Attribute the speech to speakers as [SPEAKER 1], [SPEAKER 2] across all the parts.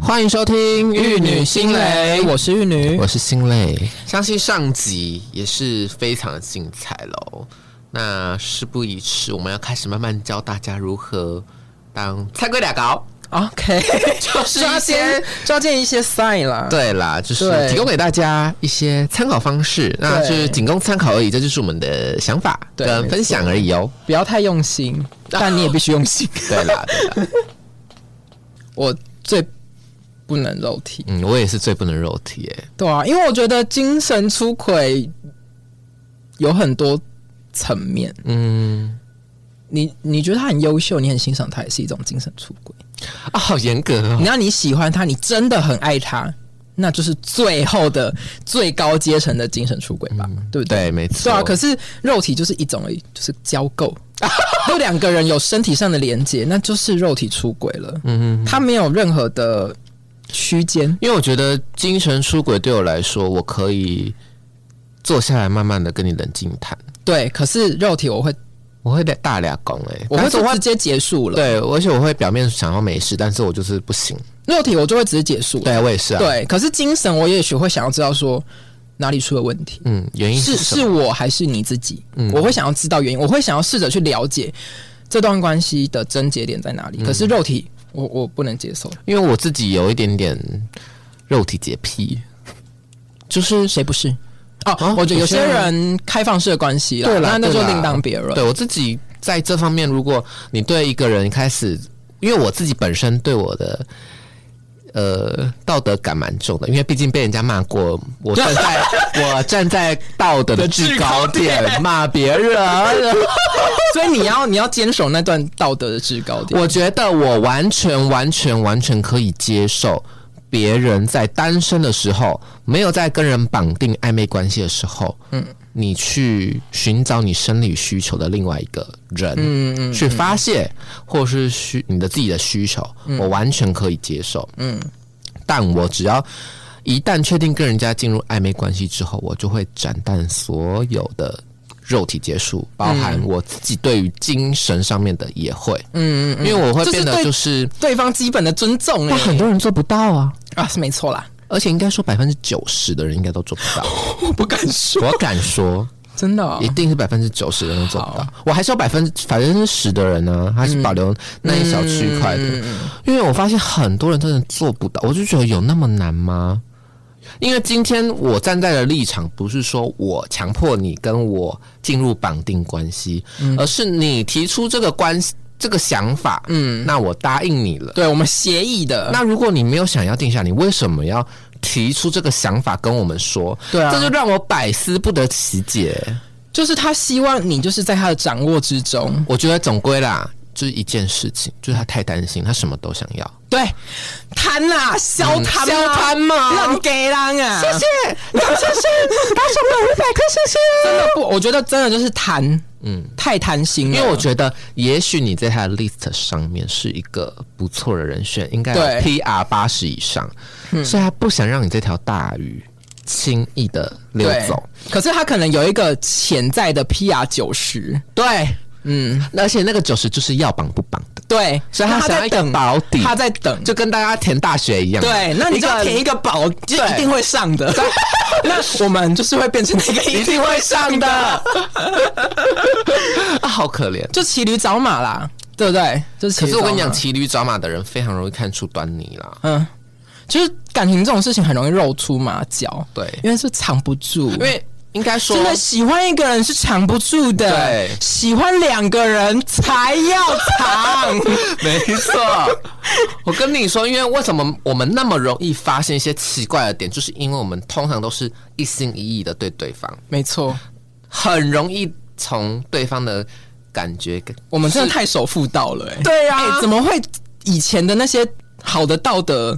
[SPEAKER 1] 欢迎收听《玉女心蕾》，
[SPEAKER 2] 我是玉女，
[SPEAKER 1] 我是心蕾。
[SPEAKER 3] 相信上集也是非常的精彩喽。那事不宜迟，我们要开始慢慢教大家如何当菜龟俩搞。
[SPEAKER 2] OK，
[SPEAKER 3] 就是
[SPEAKER 2] 抓
[SPEAKER 3] 一些
[SPEAKER 2] 奸抓奸一些 sign 啦。
[SPEAKER 3] 对啦，就是
[SPEAKER 2] 对
[SPEAKER 3] 提供给大家一些参考方式，那就是仅供参考而已，这就是我们的想法
[SPEAKER 2] 对
[SPEAKER 3] 跟分享而已哦。
[SPEAKER 2] 不要太用心，但你也必须用心。
[SPEAKER 3] 对啦，对啦，
[SPEAKER 2] 我最不能肉体，
[SPEAKER 3] 嗯，我也是最不能肉体耶、
[SPEAKER 2] 对啊，因为我觉得精神出轨有很多层面。
[SPEAKER 3] 嗯，
[SPEAKER 2] 你你觉得他很优秀，你很欣赏他，也是一种精神出轨。
[SPEAKER 3] 啊，好严格哦
[SPEAKER 2] 你。让你喜欢他，你真的很爱他，那就是最后的最高阶层的精神出轨吧，对不对？
[SPEAKER 3] 对，没错。
[SPEAKER 2] 对啊，可是肉体就是一种而已，就是交 媾，就两个人有身体上的连接，那就是肉体出轨了。嗯他没有任何的区间。
[SPEAKER 3] 因为我觉得精神出轨对我来说，我可以坐下来慢慢的跟你冷静谈，
[SPEAKER 2] 对，可是肉体我会，
[SPEAKER 3] 我会大俩讲哎，
[SPEAKER 2] 我会
[SPEAKER 3] 但是
[SPEAKER 2] 就
[SPEAKER 3] 我会
[SPEAKER 2] 直接结束了。
[SPEAKER 3] 对，而且我会表面想要没事，但是我就是不行。
[SPEAKER 2] 肉体我就会直接结束了。
[SPEAKER 3] 对我也是啊，，
[SPEAKER 2] 对，可是精神我也许会想要知道说哪里出了问题。
[SPEAKER 3] 嗯，原因
[SPEAKER 2] 是
[SPEAKER 3] 什么嗯
[SPEAKER 2] 是我还是你自己？我会想要知道原因，我会想要试着去了解这段关系的症结点在哪
[SPEAKER 3] 嗯
[SPEAKER 2] 里。可是肉体，我我不能接受，
[SPEAKER 3] 因为我自己有一点点肉体洁癖，
[SPEAKER 2] 就是谁不是？哦，
[SPEAKER 3] 啊
[SPEAKER 2] 我觉得有
[SPEAKER 3] 有些
[SPEAKER 2] 些人开放式的关系啦，
[SPEAKER 3] 对啦
[SPEAKER 2] 那那就
[SPEAKER 3] 对啦
[SPEAKER 2] 另当别论。
[SPEAKER 3] 对我自己在这方面，如果你对一个人开始，因为我自己本身对我的。呃，道德感蛮重的，因为毕竟被人家骂过，我站 在我站在道德的制高点骂别人，
[SPEAKER 2] 所以你要你要坚守那段道德的制高点。
[SPEAKER 3] 我觉得我完全、完全、完全可以接受别人在单身的时候，没有在跟人绑定暧昧关系的时候，嗯，你去寻找你生理需求的另外一个人，嗯嗯，去发泄或是需你的自己的需求，我完全可以接受，嗯，但我只要。一旦确定跟人家进入暧昧关系之后，我就会斩断所有的肉体接触，包含我自己对于精神上面的也会。
[SPEAKER 2] 嗯嗯
[SPEAKER 3] 因
[SPEAKER 2] 嗯，
[SPEAKER 3] 为我会变
[SPEAKER 2] 这
[SPEAKER 3] 得
[SPEAKER 2] 是对
[SPEAKER 3] 就是，
[SPEAKER 2] 对方基本的尊重哎、
[SPEAKER 3] 但很多人做不到啊，
[SPEAKER 2] 啊是没错啦，
[SPEAKER 3] 而且应该说百分之九十的人应该都做不 到，
[SPEAKER 2] 我不敢说，
[SPEAKER 3] 我敢说
[SPEAKER 2] 真的、哦
[SPEAKER 3] 一。定是百分之九十的人都做不到。我还是有百分之百分之十的人呢，还是保留那一小区块的，因为我发现很多人真的做不到，我就觉得有那么难吗？因为今天我站在的立场不是说我强迫你跟我进入绑定关系，而是你提出这个关系这个想法，嗯，那我答应你了。
[SPEAKER 2] 对我们协议的，
[SPEAKER 3] 那如果你没有想要定下，你为什么要提出这个想法跟我们说？
[SPEAKER 2] 对啊
[SPEAKER 3] 这就让我百思不得其解。
[SPEAKER 2] 就是他希望你就是在他的掌握之中。
[SPEAKER 3] 我觉得总归啦，就是一件事情，就是他太担心，他什么都想要。
[SPEAKER 2] 对，贪啦，消贪、
[SPEAKER 3] 消贪嘛
[SPEAKER 2] 让给人啊，
[SPEAKER 3] 谢 谢，张先生，打赏了五百颗，谢谢。
[SPEAKER 2] 真的不，我觉得真的就是贪，嗯，太贪心了，
[SPEAKER 3] 因为我觉得，也许你在他的 list 上面是一个不错的人选，应该有
[SPEAKER 2] 对
[SPEAKER 3] PR 八十以上，所以他不想让你这条大鱼轻易的溜
[SPEAKER 2] 对
[SPEAKER 3] 走。。
[SPEAKER 2] 可是他可能有一个潜在的 PR 九十，
[SPEAKER 3] 对，
[SPEAKER 2] 嗯，
[SPEAKER 3] 而且那个九十就是要绑不绑的，
[SPEAKER 2] 对，
[SPEAKER 3] 所以他
[SPEAKER 2] 那
[SPEAKER 3] 想要
[SPEAKER 2] 在
[SPEAKER 3] 一个
[SPEAKER 2] 等
[SPEAKER 3] 保底
[SPEAKER 2] 他在等，
[SPEAKER 3] 就跟大家填大学一样。
[SPEAKER 2] 对，那你就要填一个保，就
[SPEAKER 3] 对
[SPEAKER 2] 一定会 上的。那我们就是会变成那 个一定会上的，
[SPEAKER 3] 啊，好可怜。
[SPEAKER 2] 就骑驴找马啦，对不对？就是骑
[SPEAKER 3] 可
[SPEAKER 2] 驴
[SPEAKER 3] 是
[SPEAKER 2] 找
[SPEAKER 3] 我
[SPEAKER 2] 马。
[SPEAKER 3] 跟你讲，骑驴找马的人非常容易看出端倪啦。
[SPEAKER 2] 嗯，就是感情这种事情很容易露出马脚，
[SPEAKER 3] 对
[SPEAKER 2] 因为是藏不住，因
[SPEAKER 3] 因为应该说
[SPEAKER 2] 真，的喜欢一个人是藏不住的，
[SPEAKER 3] 对
[SPEAKER 2] 喜欢两个人才要 藏，
[SPEAKER 3] 没错。我跟你说，因为为什么我们那么容易发现一些奇怪的点，就是因为我们通常都是一心一意的对对方，
[SPEAKER 2] 没错，
[SPEAKER 3] 很容易从对方的感觉跟
[SPEAKER 2] 我们真的太守妇道了、哎，
[SPEAKER 3] 对啊
[SPEAKER 2] 哎、怎么会以前的那些好的道德，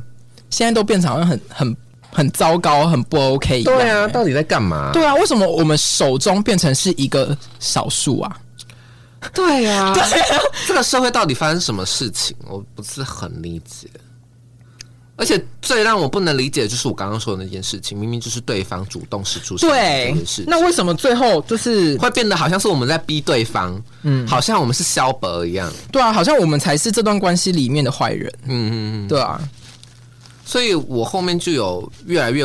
[SPEAKER 2] 现在都变成好像很很很糟糕，很不 OK 一样、
[SPEAKER 3] 对啊，
[SPEAKER 2] 哎
[SPEAKER 3] 到底在干嘛？
[SPEAKER 2] 对啊，为什么我们手中变成是一个少数啊？
[SPEAKER 3] 对啊，对啊， 这个社会到底发生什么事情，我不是很理解。而且最让我不能理解的就是我刚刚说的那件事情，明明就是对方主动使出手段这
[SPEAKER 2] 对
[SPEAKER 3] 件事，情，
[SPEAKER 2] 那为什么最后就是
[SPEAKER 3] 会变得好像是我们在逼对方，嗯，好像我们是萧伯一样，
[SPEAKER 2] 对啊，好像我们才是这段关系里面的坏人，
[SPEAKER 3] 嗯嗯嗯，
[SPEAKER 2] 对啊，
[SPEAKER 3] 所以我后面就有越来越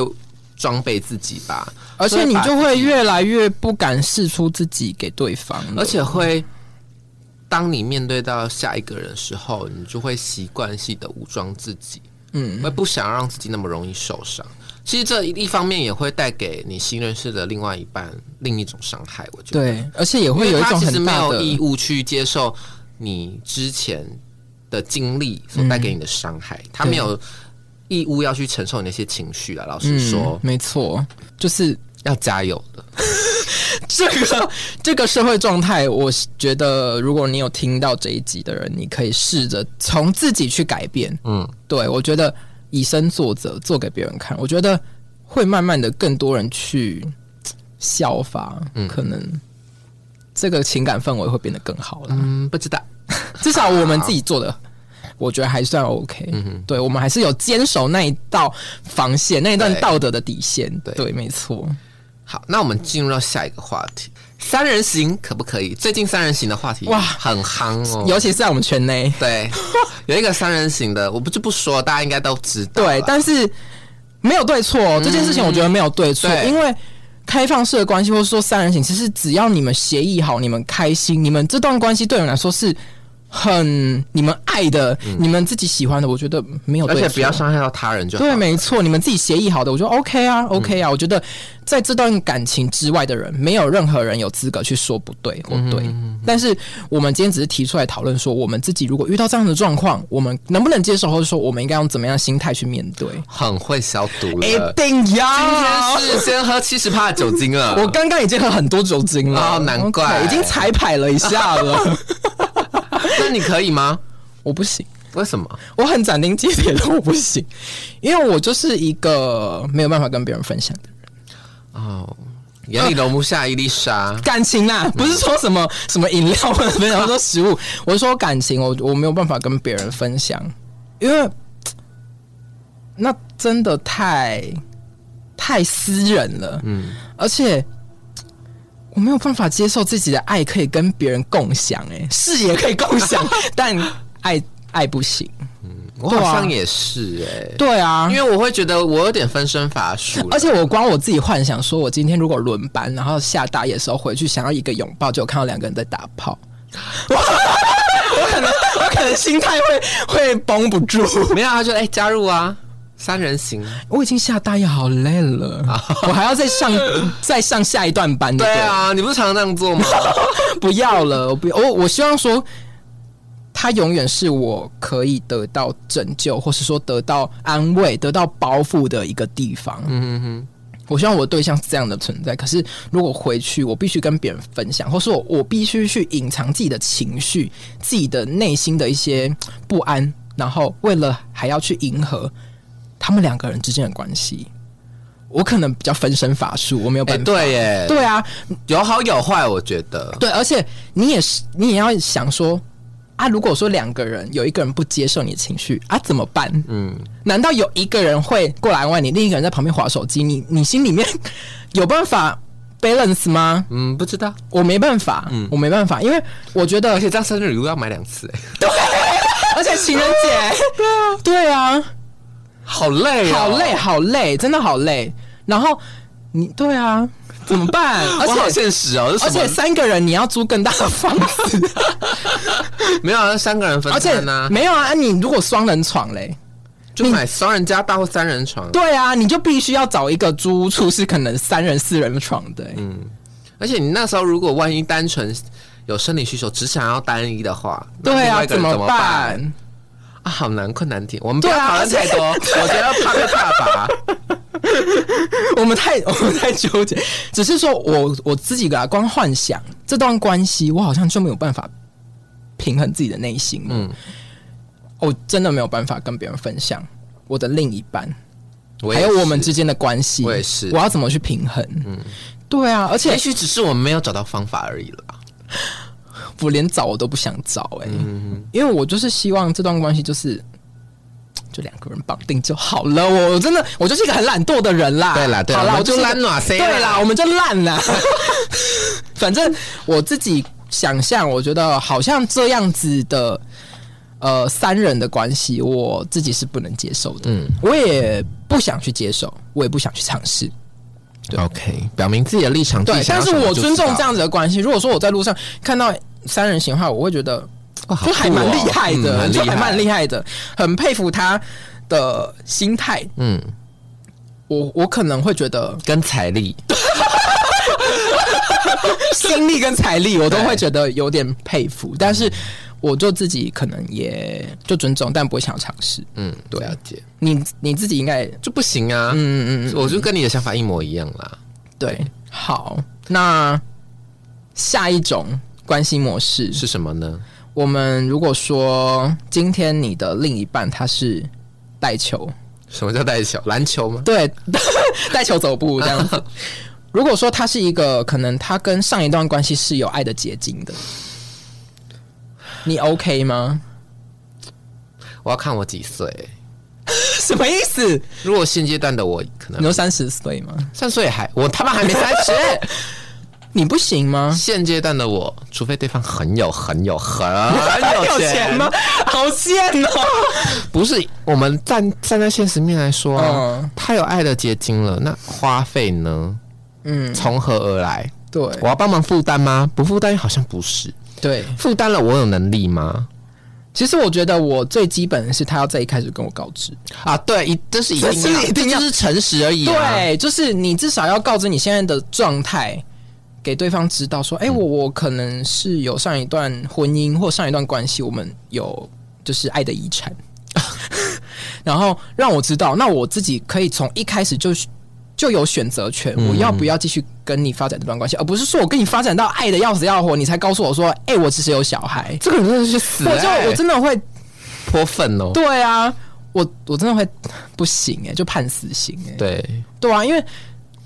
[SPEAKER 3] 装备自己吧，
[SPEAKER 2] 而且
[SPEAKER 3] 所
[SPEAKER 2] 你
[SPEAKER 3] 以把
[SPEAKER 2] 就会越来越不敢试出自己给对方了，
[SPEAKER 3] 而且会，当你面对到下一个人的时候，你就会习惯性的武装自己，
[SPEAKER 2] 嗯，
[SPEAKER 3] 会不想让自己那么容易受伤。其实这一方面也会带给你新认识的另外一半另一种伤害，我觉得，
[SPEAKER 2] 对，而且也会
[SPEAKER 3] 因
[SPEAKER 2] 有
[SPEAKER 3] 为
[SPEAKER 2] 一
[SPEAKER 3] 他
[SPEAKER 2] 种
[SPEAKER 3] 其实
[SPEAKER 2] 很
[SPEAKER 3] 没
[SPEAKER 2] 大
[SPEAKER 3] 有
[SPEAKER 2] 的
[SPEAKER 3] 义务去接受你之前的经历所
[SPEAKER 2] 嗯
[SPEAKER 3] 带给你的伤害，他没有义务要去承受你那些情绪啊。老实说
[SPEAKER 2] 嗯，，没错，就是
[SPEAKER 3] 要加油的。
[SPEAKER 2] 这个这个社会状态，我觉得如果你有听到这一集的人，你可以试着从自己去改变。
[SPEAKER 3] 嗯，
[SPEAKER 2] 对我觉得以身作则，做给别人看，我觉得会慢慢的更多人去嘖效法，
[SPEAKER 3] 嗯
[SPEAKER 2] 可能这个情感氛围会变得更好 了。
[SPEAKER 3] 嗯，不知道。
[SPEAKER 2] 至少我们自己做的，我觉得还算 OK。
[SPEAKER 3] 嗯哼
[SPEAKER 2] 对我们还是有坚守那一道防线，那一段
[SPEAKER 3] 对
[SPEAKER 2] 道德的底线。
[SPEAKER 3] 对
[SPEAKER 2] 对，没错。
[SPEAKER 3] 好，那我们进入到下一个话题，三人行可不可以？最近三人行的话题
[SPEAKER 2] 哇
[SPEAKER 3] 哇很夯哦，
[SPEAKER 2] 尤其是在我们圈内。
[SPEAKER 3] 对有一个三人行的，我不就不说，大家应该都知道啦。
[SPEAKER 2] 对，但是没有对错、哦这件事情，我觉得没有对错，
[SPEAKER 3] 嗯对
[SPEAKER 2] 因为开放式的关系或者说三人行，其实只要你们协议好，你们开心，你们这段关系对你们来说是很你们爱的、你们自己喜欢的，我觉得没有
[SPEAKER 3] 嗯而
[SPEAKER 2] 对错，
[SPEAKER 3] 且不要伤害到他人就好。嗯
[SPEAKER 2] 对，没错，你们自己协议好的，我觉得 OK 啊，OK 啊。我觉得在这段感情之外的人，没有任何人有资格去说不对
[SPEAKER 3] 嗯
[SPEAKER 2] 或对。但是我们今天只是提出来讨论说，我们自己如果遇到这样的状况，我们能不能接受，或者说我们应该用怎么样的心态去面对？
[SPEAKER 3] 很会消毒
[SPEAKER 2] 一
[SPEAKER 3] 了。
[SPEAKER 2] 定要
[SPEAKER 3] 今！天是先喝七十帕酒精啊了，
[SPEAKER 2] 啊 我刚刚已经喝很多酒精了，
[SPEAKER 3] 哦难怪
[SPEAKER 2] OK，已经彩排了一下 了。
[SPEAKER 3] 那你可以吗？
[SPEAKER 2] 我不行，
[SPEAKER 3] 为什么？
[SPEAKER 2] 我很斩钉截铁的，我不行，因为我就是一个没有办法跟别人分享的人。
[SPEAKER 3] 哦，眼里容不下一粒沙。
[SPEAKER 2] 感情 啦，不是说什么、什么饮料或 者分享，我说食物，我是说感情，我我没有办法跟别人分享，因为那真的太太私人了，
[SPEAKER 3] 嗯，
[SPEAKER 2] 而且我没有办法接受自己的爱可以跟别人共享、欸，哎，事也可以共享， 但爱爱不行，
[SPEAKER 3] 我
[SPEAKER 2] 对
[SPEAKER 3] 好
[SPEAKER 2] 啊
[SPEAKER 3] 像也是哎、
[SPEAKER 2] 对啊
[SPEAKER 3] 因。为我会觉得我有点分身乏术了，
[SPEAKER 2] 而且我光我自己幻想，说我今天如果轮班，然后下大夜的时候回去，想要一个拥抱，就看到两个人在打炮， 我我可能我可能心态会会绷不住。
[SPEAKER 3] 没有，他就哎、加入啊，三人行。
[SPEAKER 2] 我已经下大夜好累了，我还要再 上再上下一段班就
[SPEAKER 3] 对
[SPEAKER 2] 了，
[SPEAKER 3] 啊，你不是常常这样做 吗？
[SPEAKER 2] 不要了，我不我我希望说。他永远是我可以得到拯救，或是说得到安慰、得到包覆的一个地方。
[SPEAKER 3] 嗯哼哼，
[SPEAKER 2] 我希望我的对象是这样的存在，可是如果回去，我必须跟别人分享，或是我我必须去隐藏自己的情绪、自己的内心的一些不安，然后为了还要去迎合他们两个人之间的关系，我可能比较分身乏术，我没有
[SPEAKER 3] 哎、
[SPEAKER 2] 办法。
[SPEAKER 3] 对耶，
[SPEAKER 2] 对啊，
[SPEAKER 3] 有好有坏，我觉得。
[SPEAKER 2] 对，而且你也是，你也要想说啊，如果说两个人有一个人不接受你的情绪啊，怎么办？
[SPEAKER 3] 嗯，
[SPEAKER 2] 难道有一个人会过来安慰你，另一个人在旁边划手机？你你心里面有办法 balance 吗？
[SPEAKER 3] 嗯，不知道。
[SPEAKER 2] 我没办法，
[SPEAKER 3] 嗯
[SPEAKER 2] 我没办法，因为我觉得
[SPEAKER 3] 而，且这样生日礼物要买两次、哎，
[SPEAKER 2] 而且情人 节，对啊，
[SPEAKER 3] 好累、哦，
[SPEAKER 2] 好累，，啊好累，真的好累。然后你对啊，怎么办？ 而
[SPEAKER 3] 我好
[SPEAKER 2] 且
[SPEAKER 3] 现实哦，这
[SPEAKER 2] 而
[SPEAKER 3] 是什么
[SPEAKER 2] 且三个人你要租更大的房 子，
[SPEAKER 3] 没有啊，三个人分
[SPEAKER 2] 而且
[SPEAKER 3] 摊呐、
[SPEAKER 2] 没有啊，你如果双人床嘞，
[SPEAKER 3] 就买双人加大或三人床。
[SPEAKER 2] 对啊，你就必须要找一个租屋处是可能三人四人床的欸、
[SPEAKER 3] 嗯而且你那时候如果万一单纯有生理需求，只想要单一的话，那
[SPEAKER 2] 对
[SPEAKER 3] 另
[SPEAKER 2] 啊，
[SPEAKER 3] 外一个人
[SPEAKER 2] 么
[SPEAKER 3] 么办？？啊，好难，困难题。我们不
[SPEAKER 2] 对
[SPEAKER 3] 要讨
[SPEAKER 2] 啊
[SPEAKER 3] 论太多，我觉得怕个怕 吧。
[SPEAKER 2] 我们太 我们太纠结，只是说我我自己啊，光幻想这段关系，我好像就没有办法平衡自己的内心。嗯
[SPEAKER 3] 嗯，
[SPEAKER 2] 我真的没有办法跟别人分享我的另一半，
[SPEAKER 3] 我
[SPEAKER 2] 还
[SPEAKER 3] 也
[SPEAKER 2] 有我们
[SPEAKER 3] 是
[SPEAKER 2] 之间的关系，
[SPEAKER 3] 我也是哎
[SPEAKER 2] 我要怎么去平衡？嗯，对啊，而
[SPEAKER 3] 也
[SPEAKER 2] 且
[SPEAKER 3] 许只是我们没有找到方法而已啦。
[SPEAKER 2] 我连找我都不想找哎、欸
[SPEAKER 3] 嗯，
[SPEAKER 2] 因为我就是希望这段关系就是。就两个人绑定就好了，我我真的我就是一个很懒惰的人啦。
[SPEAKER 3] 对啦对啦
[SPEAKER 2] 好啦，
[SPEAKER 3] 我
[SPEAKER 2] 我
[SPEAKER 3] 们就是
[SPEAKER 2] 一个
[SPEAKER 3] 懒惰谁啦
[SPEAKER 2] 对啦，我们就烂 啦。反正我自己想象，我觉得好像这样子的呃三人的关系，我自己是不能接受的。嗯，我也不想去接受，我也不想去尝试。
[SPEAKER 3] OK，表明自己的立场。自
[SPEAKER 2] 对
[SPEAKER 3] 己，想要
[SPEAKER 2] 但是
[SPEAKER 3] 什么
[SPEAKER 2] 我
[SPEAKER 3] 就
[SPEAKER 2] 尊重
[SPEAKER 3] 知道
[SPEAKER 2] 这样子的关系。如果说我在路上看到三人行的话，我会觉得
[SPEAKER 3] 哇好
[SPEAKER 2] 就还蛮
[SPEAKER 3] 酷哦
[SPEAKER 2] 厉害
[SPEAKER 3] 嗯
[SPEAKER 2] 的，
[SPEAKER 3] 蛮
[SPEAKER 2] 就
[SPEAKER 3] 厉
[SPEAKER 2] 还
[SPEAKER 3] 害，
[SPEAKER 2] 蛮厉害的，很佩服他的心态。
[SPEAKER 3] 嗯，
[SPEAKER 2] 我我可能会觉得
[SPEAKER 3] 跟财
[SPEAKER 2] 嗯
[SPEAKER 3] 力，
[SPEAKER 2] 心力跟财力，我都会觉得有点佩服，但是我就自己可能也就尊重，但不会想要尝试。
[SPEAKER 3] 嗯，
[SPEAKER 2] 对
[SPEAKER 3] 了解，
[SPEAKER 2] 你你自己应该
[SPEAKER 3] 就不行啊，
[SPEAKER 2] 嗯嗯嗯，
[SPEAKER 3] 我就跟你的想法一模一样啦。
[SPEAKER 2] 对，好，那下一种关系模式
[SPEAKER 3] 是什么呢？
[SPEAKER 2] 我们如果说今天你的另一半他是带球，
[SPEAKER 3] 什么叫带球？篮球吗？
[SPEAKER 2] 对， 带球走步这 样子。如果说他是一个可能他跟上一段关系是有爱的结晶的，你 OK 吗？
[SPEAKER 3] 我要看我几岁。
[SPEAKER 2] 什么意思？
[SPEAKER 3] 如果现阶段的我可
[SPEAKER 2] 你
[SPEAKER 3] 能
[SPEAKER 2] 说三十岁吗？
[SPEAKER 3] 三岁还，我他妈还没三 十。
[SPEAKER 2] 你不行吗？
[SPEAKER 3] 现阶段的我，除非对方很有很有很
[SPEAKER 2] 有钱吗？？好贱哦！
[SPEAKER 3] 不是，我们站站在现实面来说、啊，
[SPEAKER 2] 嗯
[SPEAKER 3] 他有爱的结晶了，那花费呢？
[SPEAKER 2] 嗯，
[SPEAKER 3] 从何而来？
[SPEAKER 2] 对
[SPEAKER 3] 我要帮忙负担吗？不负担好像不是，
[SPEAKER 2] 对，
[SPEAKER 3] 负担了我有能力吗？
[SPEAKER 2] 其实我觉得我最基本的是他要在一开始跟我告知，
[SPEAKER 3] 啊，对，一这是一定
[SPEAKER 2] 这
[SPEAKER 3] 要，
[SPEAKER 2] 是一定要
[SPEAKER 3] 这就是诚实而已、啊。，
[SPEAKER 2] 对，就是你至少要告知你现在的状态，给对方知道说，哎、我我可能是有上一段婚姻或上一段关系，我们有就是爱的遗产， 然后让我知道，那我自己可以从一开始就就有选择权，我要不要继续跟你发展这段关系，而不是说我跟你发展到爱的要死要活，你才告诉我说，哎、我其实有小孩，
[SPEAKER 3] 这个人真的是去死、
[SPEAKER 2] 我就
[SPEAKER 3] 欸
[SPEAKER 2] 我真的会，
[SPEAKER 3] 泼粪哦。
[SPEAKER 2] 对啊，我我真的会不行哎、就判死刑哎、
[SPEAKER 3] 对，
[SPEAKER 2] 对啊，因为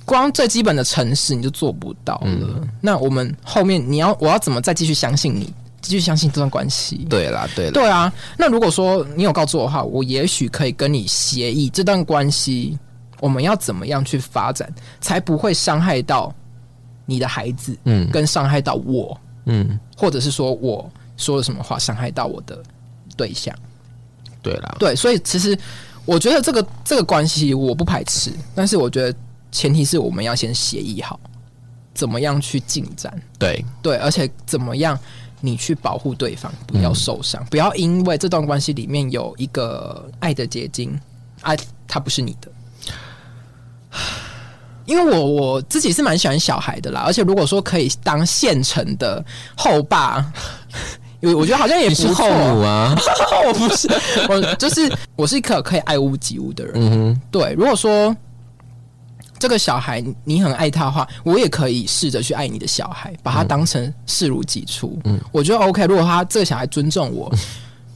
[SPEAKER 2] 光最基本的诚实你就做不到了。那我们后面你要我要怎么再继续相信你，继续相信这段关系？
[SPEAKER 3] 对啦，对啦，
[SPEAKER 2] 对啊，那如果说你有告诉我的话，我也许可以跟你协议这段关系我们要怎么样去发展，才不会伤害到你的孩子，
[SPEAKER 3] 嗯
[SPEAKER 2] 跟伤害到我，
[SPEAKER 3] 嗯，
[SPEAKER 2] 或者是说我说了什么话伤害到我的对象。
[SPEAKER 3] 对啦，
[SPEAKER 2] 对，所以其实我觉得这个这个关系我不排斥，但是我觉得前提是我们要先协议好怎么样去进展，
[SPEAKER 3] 对，
[SPEAKER 2] 对，而且怎么样你去保护对方不
[SPEAKER 3] 嗯
[SPEAKER 2] 要受伤，不要因为这段关系里面有一个爱的结晶，啊，它不是你的。因为我我自己是蛮喜欢小孩的啦，而且如果说可以当现成的后爸， 我我觉得好像也不
[SPEAKER 3] 你是
[SPEAKER 2] 错
[SPEAKER 3] 后母啊，
[SPEAKER 2] 我不是， 我就是我是一个可以爱屋及乌的人。
[SPEAKER 3] 嗯哼，
[SPEAKER 2] 对，如果说这个小孩你很爱他的话，我也可以试着去爱你的小孩，把他当成视如己出。嗯，我觉得 OK。如果他这个小孩尊重我，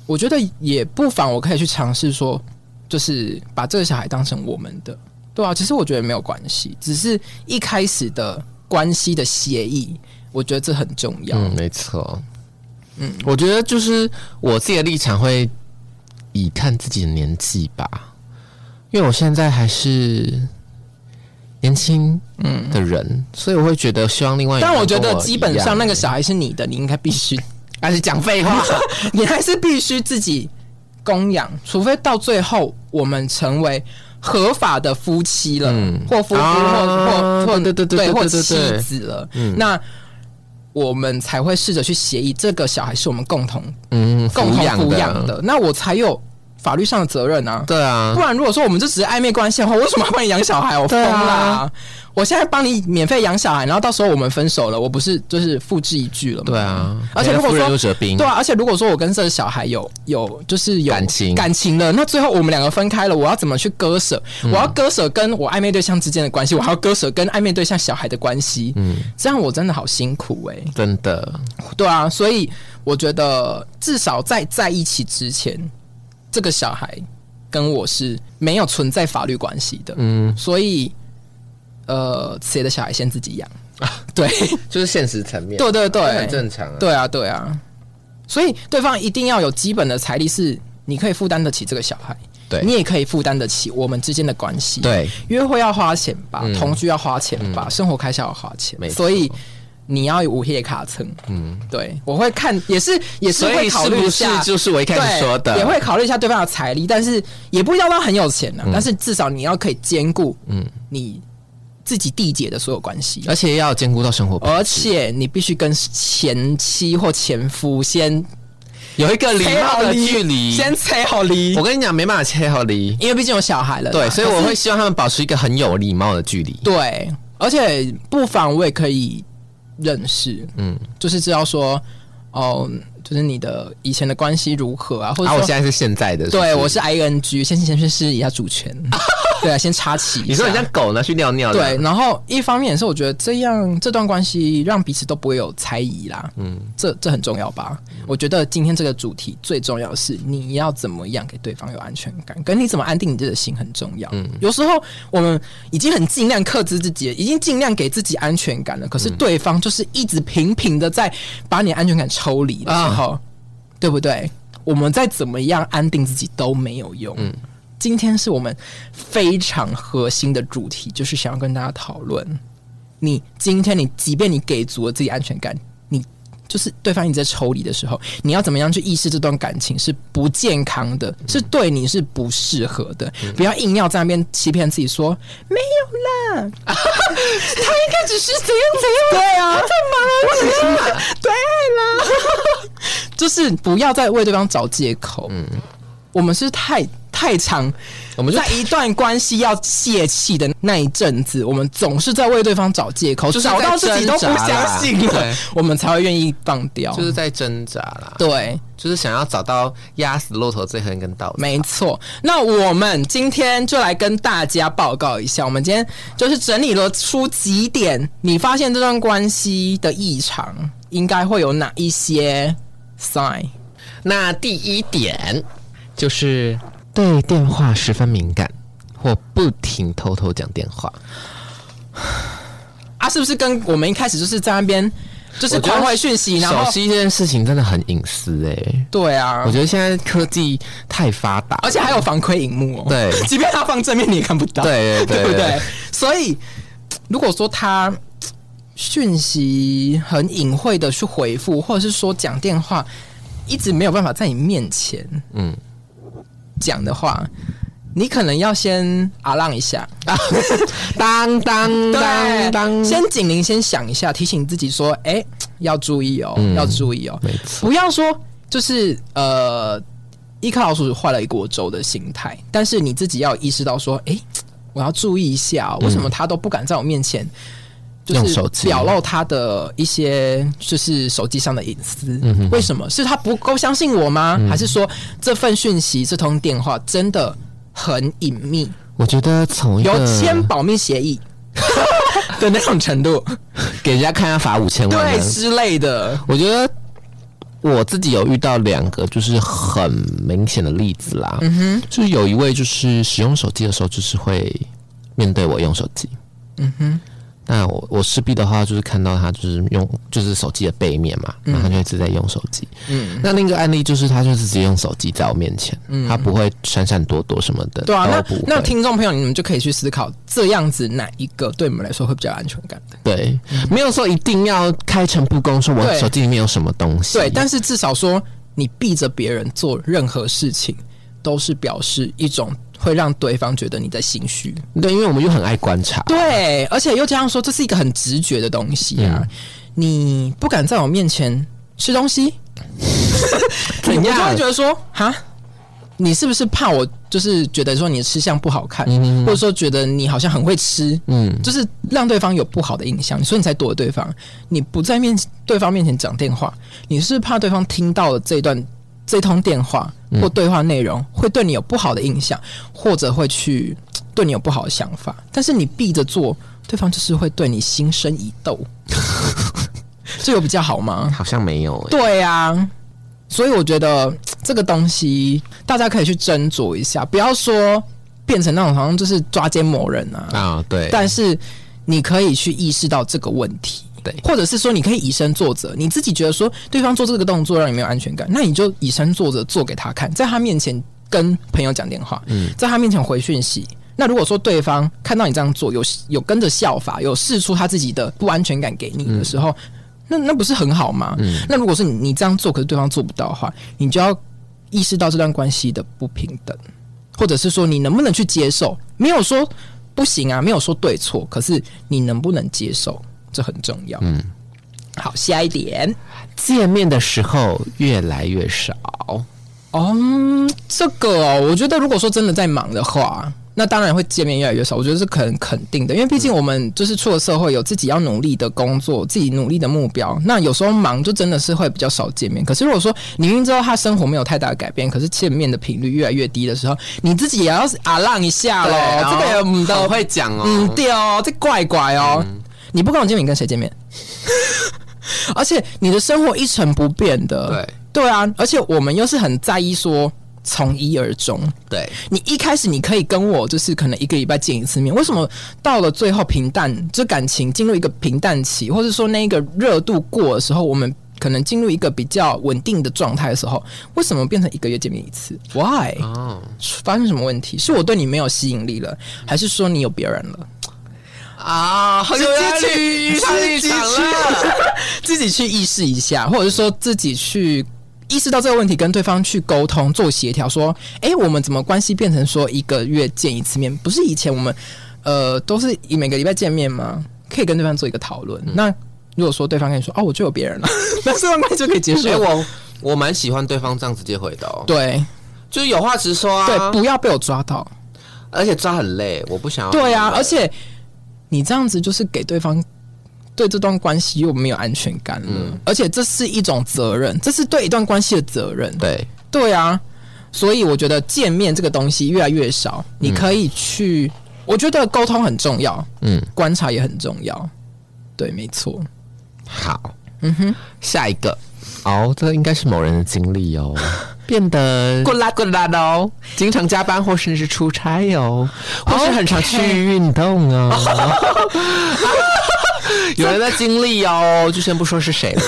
[SPEAKER 2] 我觉得也不妨我可以去尝试说，就是把这个小孩当成我们的，对啊。其实我觉得没有关系，只是一开始的关系的协议，我觉得这很重要。
[SPEAKER 3] 嗯，没错，嗯，我觉得就是我自己的立场会以看自己的年纪吧，因为我现在还是年轻的人，所以我会觉得希望另外一个
[SPEAKER 2] 嗯但
[SPEAKER 3] 人
[SPEAKER 2] 我觉
[SPEAKER 3] 哎跟
[SPEAKER 2] 得
[SPEAKER 3] 我
[SPEAKER 2] 基
[SPEAKER 3] 一
[SPEAKER 2] 本
[SPEAKER 3] 样
[SPEAKER 2] 上那个小孩是你的，你应该必须
[SPEAKER 3] 还是讲废 话，
[SPEAKER 2] 你还是必须自己供养，除非到最后我们成为合法的夫妻了，
[SPEAKER 3] 嗯
[SPEAKER 2] 或夫妇、
[SPEAKER 3] 啊
[SPEAKER 2] 或或或
[SPEAKER 3] 对对对对对
[SPEAKER 2] 或
[SPEAKER 3] 对
[SPEAKER 2] 妻
[SPEAKER 3] 对嗯对
[SPEAKER 2] 子了，那我们才会试着去协议，这个小孩是我们共同
[SPEAKER 3] 嗯，
[SPEAKER 2] 共同
[SPEAKER 3] 养
[SPEAKER 2] 抚养，的，那我才有法律上的责任啊。
[SPEAKER 3] 对啊
[SPEAKER 2] 不，然，如果说我们就只是暧昧关系的话，我为什么要帮你养小孩？我疯
[SPEAKER 3] 对
[SPEAKER 2] 啦、
[SPEAKER 3] 啊
[SPEAKER 2] 我现在帮你免费养小孩，然后到时候我们分手了，我不是就是付之一炬了吗？
[SPEAKER 3] 对啊，
[SPEAKER 2] 而且如果
[SPEAKER 3] 人家夫人
[SPEAKER 2] 说
[SPEAKER 3] 又折兵，
[SPEAKER 2] 对啊，而且如果说我跟这个小孩有有就是有
[SPEAKER 3] 感情
[SPEAKER 2] 感情了，那最后我们两个分开了，我要怎么去割舍？我
[SPEAKER 3] 嗯
[SPEAKER 2] 要割舍跟我暧昧对象之间的关系，我还要割舍跟暧昧对象小孩的关系。嗯，这样我真的好辛苦哎、
[SPEAKER 3] 真的，
[SPEAKER 2] 对啊，所以我觉得至少在在一起之前，这个小孩跟我是没有存在法律关系的。
[SPEAKER 3] 嗯，
[SPEAKER 2] 所以呃，谁的小孩先自己养？ 对
[SPEAKER 3] 就是现实层面，
[SPEAKER 2] 对对对，
[SPEAKER 3] 啊这很正常啊。
[SPEAKER 2] 对啊，对啊，所以对方一定要有基本的财力，是你可以负担得起这个小孩，
[SPEAKER 3] 对
[SPEAKER 2] 你也可以负担得起我们之间的关系。，啊
[SPEAKER 3] 对，
[SPEAKER 2] 约会要花钱吧，
[SPEAKER 3] 嗯
[SPEAKER 2] 同居要花钱吧，生活开销要花钱，
[SPEAKER 3] 没错
[SPEAKER 2] 所以你要有黑卡层，嗯，对，我会看，也是也是
[SPEAKER 3] 所
[SPEAKER 2] 会
[SPEAKER 3] 以
[SPEAKER 2] 考
[SPEAKER 3] 是
[SPEAKER 2] 虑一
[SPEAKER 3] 不是
[SPEAKER 2] 下，
[SPEAKER 3] 就是我一开始
[SPEAKER 2] 对，
[SPEAKER 3] 说的？
[SPEAKER 2] 也会考虑一下对方的财力，但是也不一定要到很有钱呢、啊
[SPEAKER 3] 嗯
[SPEAKER 2] 但是至少你要可以兼顾，嗯，你自己缔结的所有关系，
[SPEAKER 3] 而且要兼顾到生活品质，
[SPEAKER 2] 而且你必须跟前妻或前夫先
[SPEAKER 3] 有一个礼
[SPEAKER 2] 切
[SPEAKER 3] 貌
[SPEAKER 2] 好
[SPEAKER 3] 的距离。
[SPEAKER 2] 先切好离
[SPEAKER 3] 我，跟你讲，没办法切好离。
[SPEAKER 2] 因为毕竟有小孩了啦，
[SPEAKER 3] 对，所以
[SPEAKER 2] 可是
[SPEAKER 3] 我会希望他们保持一个很有礼貌的距离。
[SPEAKER 2] 对，而且不妨我也可以认识，嗯，就是知道说，哦，就是你的以前的关系如何啊，或者
[SPEAKER 3] 啊，我
[SPEAKER 2] 说，
[SPEAKER 3] 现在是现在的，
[SPEAKER 2] 对
[SPEAKER 3] 不
[SPEAKER 2] 我是 ing，先先去试一下 主权，对啊，先插旗一下。
[SPEAKER 3] 你说你像狗拿去尿尿的，
[SPEAKER 2] 对，，然后一方面也是我觉得这样这段关系让彼此都不会有猜疑啦，嗯，这这很重要吧？我觉得今天这个主题最重要的是你要怎么样给对方有安全感，跟你怎么安定你自己的心很重要。嗯，有时候我们已经很尽量克制自己了，已经尽量给自己安全感了，可是对方就是一直频频的在把你的安全感抽离的时候，对不对？我们再怎么样安定自己都没有用。今天是我们非常核心的主题，就是想要跟大家讨论，你今天你即便你给足了自己安全感，你就是对方一直在抽离的时候，你要怎么样去意识这段感情是不健康的，是对你是不适合的，不要硬要在那边欺骗自己说没有啦，他应该只是怎样怎样，对啊，干嘛啦？ 对啦，就是不要再为对方找借口，嗯。我们是太太长，
[SPEAKER 3] 我们就
[SPEAKER 2] 在一段关系要泄气的那一阵子，我们总是在为对方找借口，
[SPEAKER 3] 就是在
[SPEAKER 2] 找到自己都不
[SPEAKER 3] 挣扎啦
[SPEAKER 2] 相信了
[SPEAKER 3] 对，
[SPEAKER 2] 我们才会愿意放掉。
[SPEAKER 3] 就是在挣扎啦，
[SPEAKER 2] 对，
[SPEAKER 3] 就是想要找到压死骆驼最后一根稻草。
[SPEAKER 2] 没错。那我们今天就来跟大家报告一下，我们今天就是整理了出几点，你发现这段关系的异常，应该会有哪一些 sign？
[SPEAKER 3] 那第一点就是对电话十分敏感，或不停偷偷讲电话。
[SPEAKER 2] 啊，是不是跟我们一开始就是在那边就是
[SPEAKER 3] 我觉得
[SPEAKER 2] 狂回讯息，然
[SPEAKER 3] 手
[SPEAKER 2] 后
[SPEAKER 3] 机这件事情真的很隐私哎、
[SPEAKER 2] 对啊，
[SPEAKER 3] 我觉得现在科技太发达，
[SPEAKER 2] 而且还有防窥荧幕哦。
[SPEAKER 3] 对
[SPEAKER 2] 即便他放正面你也看不到，
[SPEAKER 3] 对对对
[SPEAKER 2] 对不对？所以如果说他讯息很隐晦的去回复，或者是说讲电话一直没有办法在你面前，嗯
[SPEAKER 3] 嗯，
[SPEAKER 2] 讲的话。你可能要先啊浪一下，
[SPEAKER 3] 当当当
[SPEAKER 2] 对
[SPEAKER 3] 当，
[SPEAKER 2] 先警铃先响一下，提醒自己说，哎、要注意哦，
[SPEAKER 3] 嗯
[SPEAKER 2] 要注意哦，
[SPEAKER 3] 没错，
[SPEAKER 2] 不要说就是呃，一颗老鼠坏了一锅粥的心态，但是你自己要有意识到说，诶，我要注意一下哦、为什么他都不敢在我面前。就
[SPEAKER 3] 用
[SPEAKER 2] 是
[SPEAKER 3] 手机
[SPEAKER 2] 表露他的一些就是手机上的隐私，
[SPEAKER 3] 嗯
[SPEAKER 2] 为什么？是他不够相信我吗？还是说这份讯息、这通电话真的很隐秘，
[SPEAKER 3] 我觉得从一
[SPEAKER 2] 有
[SPEAKER 3] 个
[SPEAKER 2] 签保密 协议的那种程度，
[SPEAKER 3] 给人家看要罚五千万
[SPEAKER 2] 对
[SPEAKER 3] 呢，
[SPEAKER 2] 之类的？
[SPEAKER 3] 我觉得我自己有遇到两个就是很明显的例子啦。嗯哼，就是有一位就是使用手机的时候，就是会面对我用手机。嗯哼。那我我势必的话，就是看到他就是用就是手机的背面嘛，
[SPEAKER 2] 嗯
[SPEAKER 3] 然后他就一直在用手机。嗯，那另一个案例就是他就是直接用手机在我面前，他不会闪闪躲躲什么的，
[SPEAKER 2] 嗯对啊，
[SPEAKER 3] 都
[SPEAKER 2] 那
[SPEAKER 3] 不
[SPEAKER 2] 那
[SPEAKER 3] 会
[SPEAKER 2] 听众朋友，你们就可以去思考这样子哪一个对你们来说会比较有安全感的。
[SPEAKER 3] 对，没有说一定要开诚布公说我
[SPEAKER 2] 嗯对
[SPEAKER 3] 手机里面有什么东西，
[SPEAKER 2] 对，但是至少说你避着别人做任何事情，都是表示一种会让对方觉得你在心虚。
[SPEAKER 3] 对，因为我们又很爱观察，
[SPEAKER 2] 对，而且又加上说这是一个很直觉的东西啊，你不敢在我面前吃东西，
[SPEAKER 3] 怎
[SPEAKER 2] 你就
[SPEAKER 3] 样
[SPEAKER 2] 会觉得说哈。你是不是怕我？就是觉得说你的吃相不好看，或者说觉得你好像很会吃，
[SPEAKER 3] 嗯，
[SPEAKER 2] 就是让对方有不好的印象，所以你才躲对方。你不在面对方面前讲电话，你是怕对方听到了这段这通电话或对话内容会对你有不好的印象，或者会去嘖对你有不好的想法。但是你避着做，对方就是会对你心生疑窦， 这有比较好吗？
[SPEAKER 3] 好像没有、欸。
[SPEAKER 2] 对啊，所以我觉得这个东西大家可以去斟酌一下，不要说变成那种好像就是抓奸某人啊，
[SPEAKER 3] 啊，对，
[SPEAKER 2] 但是你可以去意识到这个问题。
[SPEAKER 3] 对
[SPEAKER 2] 或者是说，你可以以身作则，你自己觉得说对方做这个动作让你没有安全感，那你就以身作则做给他看，在他面前跟朋友讲电话，
[SPEAKER 3] 嗯
[SPEAKER 2] 在他面前回讯息。那如果说对
[SPEAKER 3] 嗯
[SPEAKER 2] 方看到你这样做，有有跟着效法，有试出他自己的不安全感给你的时候，那那不是很好吗？那如果是你你这样做，可是对方做不到的话，你就要意识到这段关系的不平等，或者是说你能不能去接受？没有说不行啊，没有说对错，可是你能不能接受，这很重要。嗯，好，下一点。
[SPEAKER 3] 见面的时候越来越少。
[SPEAKER 2] 哦，嗯这个哦，我觉得如果说真的在忙的话，那当然会见面越来越少。我觉得是肯肯定的，因为毕竟我们就是出了社会，有自己要努力的工作，自己努力的目标。那有时候忙就真的是会比较少见面。可是如果说你明明知道他生活没有太大的改变，可是见面的频率越来越低的时候，你自己也要啊浪一下喽。这个也唔
[SPEAKER 3] 好
[SPEAKER 2] 得，
[SPEAKER 3] 会讲哦。嗯
[SPEAKER 2] 嗯，对哦，这怪怪哦。你不跟我见面，你跟谁见 面？而且你的生活一成不变的，
[SPEAKER 3] 对
[SPEAKER 2] 对啊，而且我们又是很在意说从一而终。
[SPEAKER 3] 对，
[SPEAKER 2] 你一开始你可以跟我就是可能一个礼拜见一次面，为什么到了最后平淡，就感情进入一个平淡期，或者说那个热度过的时候，我们可能进入一个比较稳定的状态的时候，为什么变成一个月见面一次？Why？
[SPEAKER 3] 哦，
[SPEAKER 2] 发生什么问题？是我对你没有吸引力了，还是说你有别人了？啊，很有
[SPEAKER 3] 压力
[SPEAKER 2] 自己去
[SPEAKER 3] 太长了，
[SPEAKER 2] 自己去意识一下，或者是说自己去意识到这个问题，跟对方去沟通做协调，说，哎、我们怎么关系变成说一个月见一次面？不是以前我们呃都是以每个礼拜见面吗？可以跟对方做一个讨论。
[SPEAKER 3] 嗯
[SPEAKER 2] 那如果说对方跟你说，哦，我就有别人了，那这段关系就可以结束
[SPEAKER 3] 所以
[SPEAKER 2] 了。
[SPEAKER 3] 我我蛮喜欢对方这样直接回的哦，
[SPEAKER 2] 对
[SPEAKER 3] 就是有话直说啊。
[SPEAKER 2] 对，，不要被我抓到。
[SPEAKER 3] 而且抓很累，我不想要。
[SPEAKER 2] 对啊，而且你这样子就是给对方对这段关系又没有安全感了，
[SPEAKER 3] 嗯
[SPEAKER 2] 而且这是一种责任，这是对一段关系的责任。
[SPEAKER 3] 对，
[SPEAKER 2] 对啊，所以我觉得见面这个东西越来越少，你可以去，我觉得沟通很重要，
[SPEAKER 3] 嗯，
[SPEAKER 2] 观察也很重要。对，没错。
[SPEAKER 3] 好，嗯哼，下一个。哦，这应该是某人的经历 哦，变得
[SPEAKER 2] 滚
[SPEAKER 3] 啦滚啦的哦，经常加班或甚至出差哦，或是很常去运动哦。 有人的经历哦，就先不说是谁 了。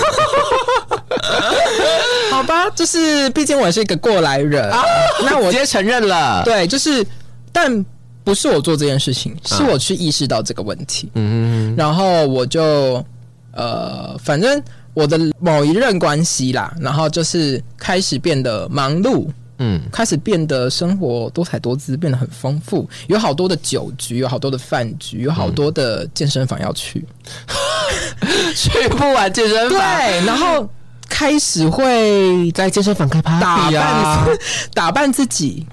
[SPEAKER 2] 好吧，就是毕竟我是一个过来人，
[SPEAKER 3] 啊
[SPEAKER 2] 那我
[SPEAKER 3] 直接承认了。
[SPEAKER 2] 对，就是，但不是我做这件事情，是我去意识到这个问题。
[SPEAKER 3] 嗯，
[SPEAKER 2] 然后我就呃，反正我的某一任关系啦，然后就是开始变得忙碌，
[SPEAKER 3] 嗯，
[SPEAKER 2] 开始变得生活多彩多姿，变得很丰富，有好多的酒局，有好多的饭局，有好多的健身房要去，
[SPEAKER 3] 嗯 去不完健身
[SPEAKER 2] 对
[SPEAKER 3] 房，，
[SPEAKER 2] 然后开始会
[SPEAKER 3] 在健身房开 party
[SPEAKER 2] 打
[SPEAKER 3] 啊
[SPEAKER 2] 扮，打扮自 己，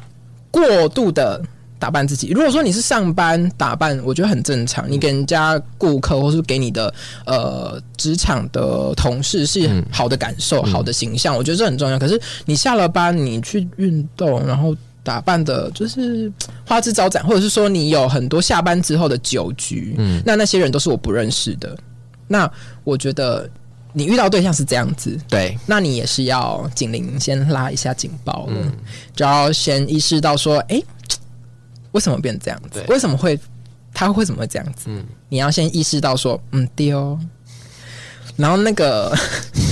[SPEAKER 2] 过度的打扮自己。如果说你是上班打扮，我觉得很正常。你给人家顾客或是给你的呃职场的同事是好的感受、好的形象，我觉得这很重要。可是你下了班，你去运动，然后。打扮的就是花枝招展，或者是说你有很多下班之后的酒局，嗯，那那些人都是我不认识的。那我觉得你遇到对象是这样子，
[SPEAKER 3] 对，
[SPEAKER 2] 那你也是要警铃先拉一下警报了，
[SPEAKER 3] 嗯
[SPEAKER 2] 就要先意识到说，哎、为什么变这样子
[SPEAKER 3] 对？嗯
[SPEAKER 2] 为什么会他为什么会这样子？你要先意识到说，嗯，对哦。然后那个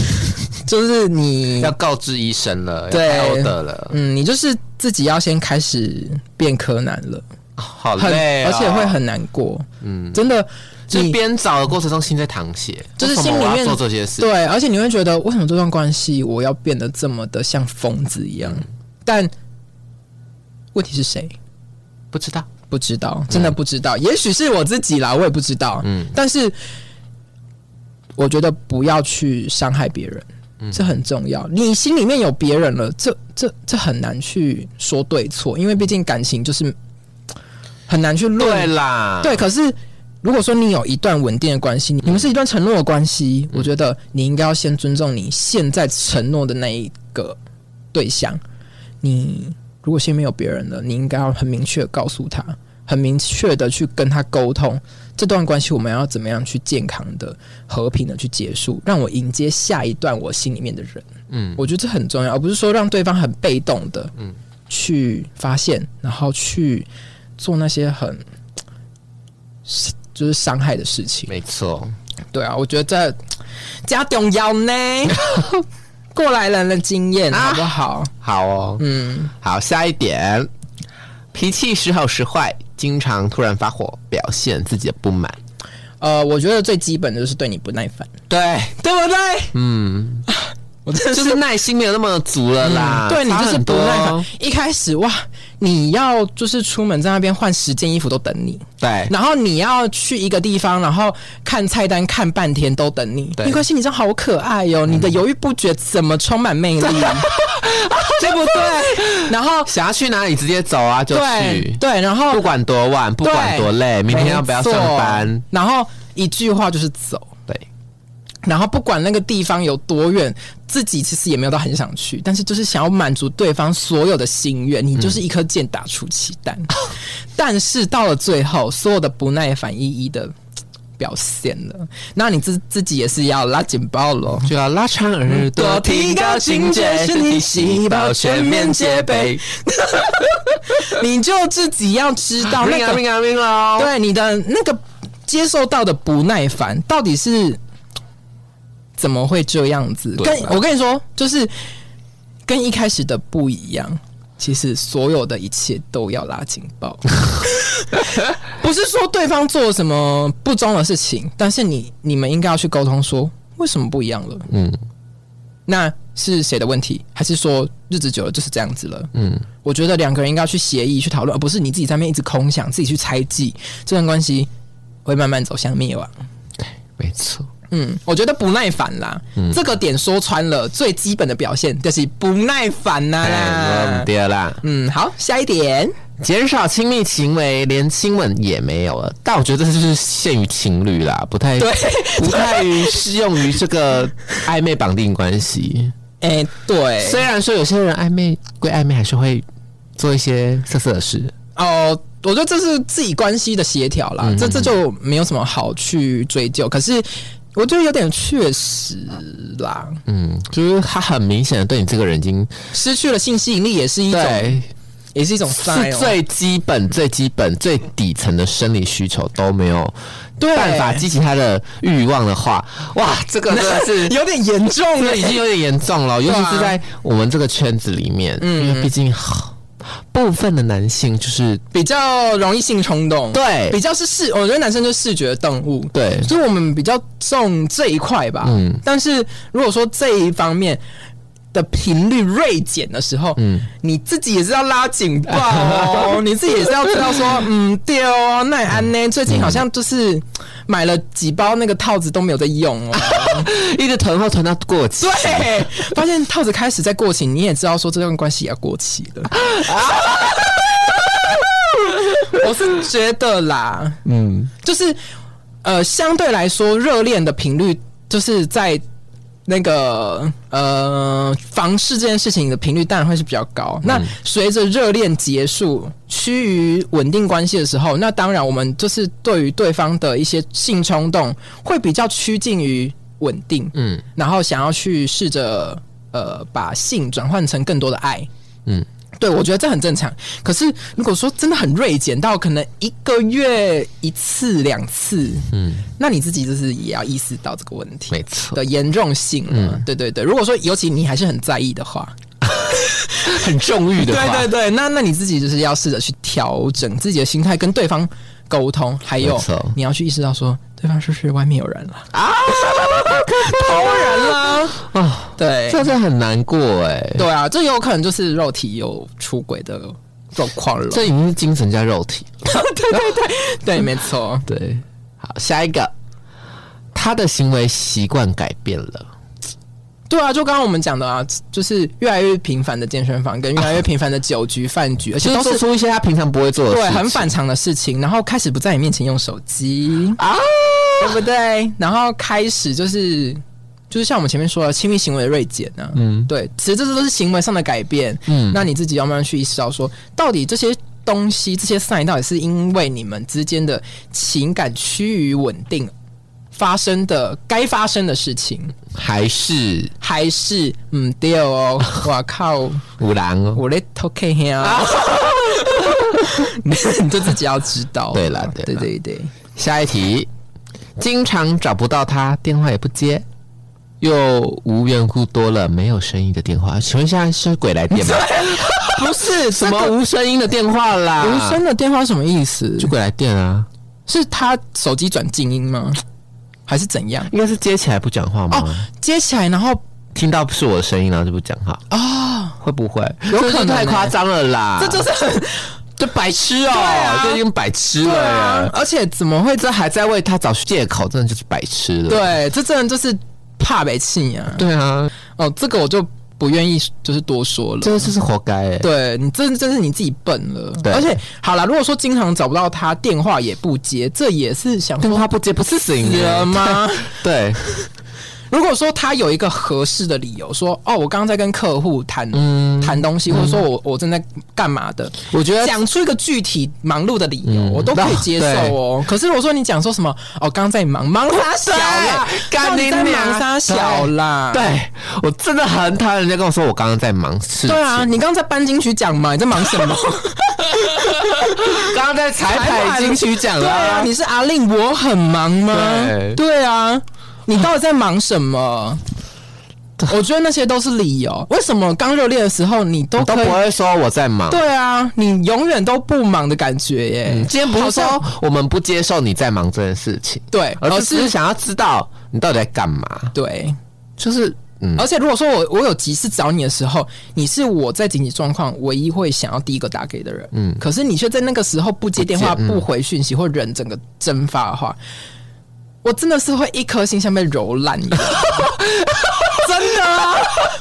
[SPEAKER 2] 就是你
[SPEAKER 3] 要，告知医生了，
[SPEAKER 2] 对
[SPEAKER 3] 要的了，
[SPEAKER 2] 嗯，你就是自己要先开始变柯南了，
[SPEAKER 3] 好
[SPEAKER 2] 很、
[SPEAKER 3] 累哦，
[SPEAKER 2] 而且会很难过，嗯，真的，
[SPEAKER 3] 就是
[SPEAKER 2] 你
[SPEAKER 3] 边找的过程中心在淌血，
[SPEAKER 2] 就是
[SPEAKER 3] 为什么
[SPEAKER 2] 心里
[SPEAKER 3] 我要
[SPEAKER 2] 面
[SPEAKER 3] 做这些事，
[SPEAKER 2] 对，而且你会觉得为什么这段关系我要变得这么的像疯子一样？但问题是谁？
[SPEAKER 3] 不知道，
[SPEAKER 2] 不知道，真的不知道。也许是我自己啦，我也不知道。
[SPEAKER 3] 嗯
[SPEAKER 2] 但是我觉得不要去伤害别人，这很重要。你心里面有别人了，这这这很难去说对错，因为毕竟感情就是很难去论
[SPEAKER 3] 对啦，
[SPEAKER 2] 对，可是如果说你有一段稳定的关系，你们是一段承诺的关系，我觉得你应该要先尊重你现在承诺的那一个对象。你如果先没有别人了，你应该要很明确地告诉他，很明确的去跟他沟通，这段关系我们要怎么样去健康的、和平的去结束，让我迎接下一段我心里面的人。
[SPEAKER 3] 嗯
[SPEAKER 2] 我觉得这很重要，而不是说让对方很被动的，
[SPEAKER 3] 嗯
[SPEAKER 2] 去发现，然后去做那些很是就是伤害的事情。
[SPEAKER 3] 没错，
[SPEAKER 2] 对啊，我觉得这加重要呢， 过来人的经验
[SPEAKER 3] 啊
[SPEAKER 2] 好不好？
[SPEAKER 3] 好哦，
[SPEAKER 2] 嗯，
[SPEAKER 3] 好，下一点，脾气时好时坏，经常突然发火，表现自己的不满，
[SPEAKER 2] 呃，我觉得最基本的就是对你不耐烦，
[SPEAKER 3] 对，
[SPEAKER 2] 对不对？
[SPEAKER 3] 嗯，
[SPEAKER 2] 我真的
[SPEAKER 3] 就是嗯是耐心没有那么足了啦。
[SPEAKER 2] 嗯对你
[SPEAKER 3] 差
[SPEAKER 2] 就是
[SPEAKER 3] 很
[SPEAKER 2] 不
[SPEAKER 3] 多
[SPEAKER 2] 耐烦。一开始哇，你要就是出门在那边换十件衣服都等你，
[SPEAKER 3] 对，
[SPEAKER 2] 然后你要去一个地方，然后看菜单看半天都等你。
[SPEAKER 3] 对嗯
[SPEAKER 2] 没关系，你这样好可爱哟、你的犹豫不决怎么充 满魅力，对不对？然后
[SPEAKER 3] 想要去哪里直接走啊，就
[SPEAKER 2] 对
[SPEAKER 3] 去，
[SPEAKER 2] 对，然后
[SPEAKER 3] 不管多晚，不管
[SPEAKER 2] 对
[SPEAKER 3] 多累，明天要不要上
[SPEAKER 2] 没错
[SPEAKER 3] 班？
[SPEAKER 2] 然后一句话就是走。
[SPEAKER 3] 对，
[SPEAKER 2] 然后不管那个地方有多远，自己其实也没有到很想去，但是就是想要满足对方所有的心愿，你就是一颗箭打出奇蛋。但是到了最后，所有的不耐烦一一的表现了，那你自自己也是要拉警 报喽。
[SPEAKER 3] 就要拉长耳朵，提高警觉，身体细胞全面戒备。
[SPEAKER 2] 你就自己要知道那
[SPEAKER 3] Ring 啊
[SPEAKER 2] 个
[SPEAKER 3] ring 啊 ring 喽！
[SPEAKER 2] 对你的那个接受到的不耐烦，到底是怎么会这样子？
[SPEAKER 3] 对
[SPEAKER 2] 跟
[SPEAKER 3] 吧
[SPEAKER 2] 我跟你说，就是跟一开始的不一样。其实所有的一切都要拉警报，不是说对方做什么不忠的事情，但是你你们应该要去沟通说为什么不一样了？
[SPEAKER 3] 嗯
[SPEAKER 2] 那是谁的问题？还是说日子久了就是这样子了？
[SPEAKER 3] 嗯，
[SPEAKER 2] 我觉得两个人应该要去协议、去讨论，而不是你自己在那边一直空想、自己去猜忌，这段关系会慢慢走向灭亡。
[SPEAKER 3] 没错。
[SPEAKER 2] 嗯，我觉得不耐烦啦，
[SPEAKER 3] 嗯
[SPEAKER 2] 这个点说穿了，最基本的表现就是不耐烦呐、
[SPEAKER 3] 哎，我对啦，
[SPEAKER 2] 嗯，好，下一点，
[SPEAKER 3] 减少亲密行为，连亲吻也没有了。但我觉得这就是限于情侣啦，不太
[SPEAKER 2] 对
[SPEAKER 3] 不太适用于这个暧昧绑定关系。
[SPEAKER 2] 哎、对，
[SPEAKER 3] 虽然说有些人暧昧归暧昧，还是会做一些色色的事。
[SPEAKER 2] 哦，我觉得这是自己关系的协调啦，
[SPEAKER 3] 嗯
[SPEAKER 2] 这这就没有什么好去追究。可是我觉得有点确实啦，
[SPEAKER 3] 嗯，就是他很明显的对你这个人已经
[SPEAKER 2] 失去了性吸引力也是一种，
[SPEAKER 3] 对
[SPEAKER 2] 也是一种 sign
[SPEAKER 3] 是
[SPEAKER 2] 哦
[SPEAKER 3] 最基本、最基本、最底层的生理需求都没有
[SPEAKER 2] 对
[SPEAKER 3] 办法激起他的欲望的话，哇，这个真的是。
[SPEAKER 2] 有点严 重
[SPEAKER 3] 这
[SPEAKER 2] 了
[SPEAKER 3] 个已经有点严重了，尤其是在我们这个圈子里面，因为毕竟部分的男性就是
[SPEAKER 2] 比较容易性冲动，，比
[SPEAKER 3] 对
[SPEAKER 2] 较是视，我觉得男生就是视觉动物，
[SPEAKER 3] 对
[SPEAKER 2] 所以我们比较重这一块吧。
[SPEAKER 3] 嗯
[SPEAKER 2] 但是如果说这一方面的频率锐减的时候，嗯，你自己也是要拉警报哦， 你自己也是要知道说，嗯，对哦，那也安呢，最
[SPEAKER 3] 嗯
[SPEAKER 2] 近好像就是买了几包那个套子都没有在用哦。
[SPEAKER 3] 一直囤货囤到过期，
[SPEAKER 2] 对，发现套子开始在过期，你也知道说这段关系也要过期了。 我是觉得啦，
[SPEAKER 3] 嗯，
[SPEAKER 2] 就是呃，相对来说，热恋的频率就是在那个呃房事这件事情的频率当然会是比较高。那随着热恋结束，趋于稳定关系的时候，那当然我们就是对于对方的一些性冲动会比较趋近于稳定，
[SPEAKER 3] 嗯
[SPEAKER 2] 嗯，然后想要去试着呃把性转换成更多的爱，
[SPEAKER 3] 嗯
[SPEAKER 2] 嗯。对，我觉得这很正常。可是如果说真的很锐减到可能一个月一次两次，嗯，那你自己就是也要意识到这个问题。
[SPEAKER 3] 没错，嗯
[SPEAKER 2] 的严重性了。对对对，如果说尤其你还是很在意的话，
[SPEAKER 3] 很重欲的
[SPEAKER 2] 对
[SPEAKER 3] 话，
[SPEAKER 2] 对对，那那你自己就是要试着去调整自己的心态，跟对方沟通，还有
[SPEAKER 3] 没错
[SPEAKER 2] 你要去意识到说，对方是不是外面有人了 啊，偷人了，
[SPEAKER 3] 啊，
[SPEAKER 2] 对
[SPEAKER 3] 这真的很难过哎，
[SPEAKER 2] 对啊，这有可能就是肉体有出轨的状况了。
[SPEAKER 3] 这已经是精神加肉体了，
[SPEAKER 2] 对，没错，
[SPEAKER 3] 对，好，下一个，他的行为习惯改变了。
[SPEAKER 2] 对啊，就刚刚我们讲的啊，就是越来越频繁的健身房， 跟越来越频繁的酒局、饭局，而且
[SPEAKER 3] 就
[SPEAKER 2] 都
[SPEAKER 3] 是做
[SPEAKER 2] 是
[SPEAKER 3] 出一些他平常不会做的事
[SPEAKER 2] 对
[SPEAKER 3] 情，
[SPEAKER 2] 很反常的事情，然后开始不在你面前用手 机，
[SPEAKER 3] 啊！
[SPEAKER 2] 对不对？然后开始就是就是像我们前面说的，亲密行为的锐减呢、
[SPEAKER 3] 嗯
[SPEAKER 2] 嗯，对，其实这都是行为上的改变。
[SPEAKER 3] 嗯
[SPEAKER 2] 嗯，那你自己要慢慢去意识到说，到底这些东西、这些 sign 到底是因为你们之间的情感趋于稳定发生的该发生的事情，
[SPEAKER 3] 还是
[SPEAKER 2] 还是嗯对 哦，哇靠！
[SPEAKER 3] 五郎哦。
[SPEAKER 2] 我咧偷看呀， 你就自己要知道。
[SPEAKER 3] 对啦对
[SPEAKER 2] 对
[SPEAKER 3] 啦
[SPEAKER 2] 对对，
[SPEAKER 3] 下一题，经常找不到他，电话也不接，又无缘无故多了没有声音的电话，请问现在是鬼来 电吗？
[SPEAKER 2] 不是什
[SPEAKER 3] 什么无声音的电话啦？
[SPEAKER 2] 无声的电话是什么意思
[SPEAKER 3] 就？鬼来电啊！
[SPEAKER 2] 是他手机转静音吗？还是怎样？
[SPEAKER 3] 应该是接起来不讲话吗？
[SPEAKER 2] 哦接起来，然后
[SPEAKER 3] 听到是我的声音，然后就不讲话，
[SPEAKER 2] 啊、
[SPEAKER 3] 会不会？
[SPEAKER 2] 有可能
[SPEAKER 3] 这就太夸张了啦！
[SPEAKER 2] 这就是很
[SPEAKER 3] 这白痴哦、
[SPEAKER 2] 对啊
[SPEAKER 3] 这已经白痴
[SPEAKER 2] 对
[SPEAKER 3] 了耶、
[SPEAKER 2] 啊，而且怎么会这
[SPEAKER 3] 这还在为他找借口，真的就是白痴了。
[SPEAKER 2] 对，啊这真的就是怕被气啊。
[SPEAKER 3] 对啊，
[SPEAKER 2] 哦，这个我就不愿意，就是多说了。
[SPEAKER 3] 真的就是活该、欸。
[SPEAKER 2] 对你真真是你自己笨了，
[SPEAKER 3] 对
[SPEAKER 2] 而且好啦，如果说经常找不到他，电话也不接，这也是想
[SPEAKER 3] 电
[SPEAKER 2] 说
[SPEAKER 3] 话不接不是行
[SPEAKER 2] 死了
[SPEAKER 3] 的
[SPEAKER 2] 吗？
[SPEAKER 3] 对，
[SPEAKER 2] 如果说他有一个合适的理由，说哦，我刚刚在跟客户谈
[SPEAKER 3] 嗯，
[SPEAKER 2] 谈东西，或者说我我正在干嘛的，
[SPEAKER 3] 我 觉得
[SPEAKER 2] 讲出一个具体忙碌的理由，
[SPEAKER 3] 嗯
[SPEAKER 2] 我都可以接受哦。可是如果说你讲说什么哦，刚在忙，忙啥小啊啦，
[SPEAKER 3] 对
[SPEAKER 2] 到底在
[SPEAKER 3] 干你
[SPEAKER 2] 忙
[SPEAKER 3] 娘
[SPEAKER 2] 啥小啦？
[SPEAKER 3] 对我真的很讨厌人家跟我说我刚刚在忙事情，
[SPEAKER 2] 对啊，你刚刚在搬金曲奖嘛，你在忙什 么？
[SPEAKER 3] 刚刚在彩排金曲奖
[SPEAKER 2] 对啊，
[SPEAKER 3] 啦。
[SPEAKER 2] 你是阿令，我很忙吗？
[SPEAKER 3] 对
[SPEAKER 2] 对啊，你到底在忙 什么？我觉得那些都是理由。为什么刚热恋的时候你都
[SPEAKER 3] 我都
[SPEAKER 2] 可以
[SPEAKER 3] 不？会说我在忙。
[SPEAKER 2] 对啊，你永远都不忙的感觉耶。
[SPEAKER 3] 嗯，今天不
[SPEAKER 2] 好
[SPEAKER 3] 是
[SPEAKER 2] 像
[SPEAKER 3] 说我们不接受你在忙这件事情，
[SPEAKER 2] 对，
[SPEAKER 3] 而
[SPEAKER 2] 而
[SPEAKER 3] 是只
[SPEAKER 2] 是
[SPEAKER 3] 是想要知道你到底在干嘛。
[SPEAKER 2] 对，
[SPEAKER 3] 就是嗯，
[SPEAKER 2] 而且如果说我我有急事找你的时候，你是我在紧急状况唯一会想要第一个打给的人，嗯
[SPEAKER 3] 嗯，
[SPEAKER 2] 可是你却在那个时候不接电话、
[SPEAKER 3] 不接嗯
[SPEAKER 2] 不回讯息或人整个蒸发的话，我真的是会一颗心像被揉烂 一样，真的啊、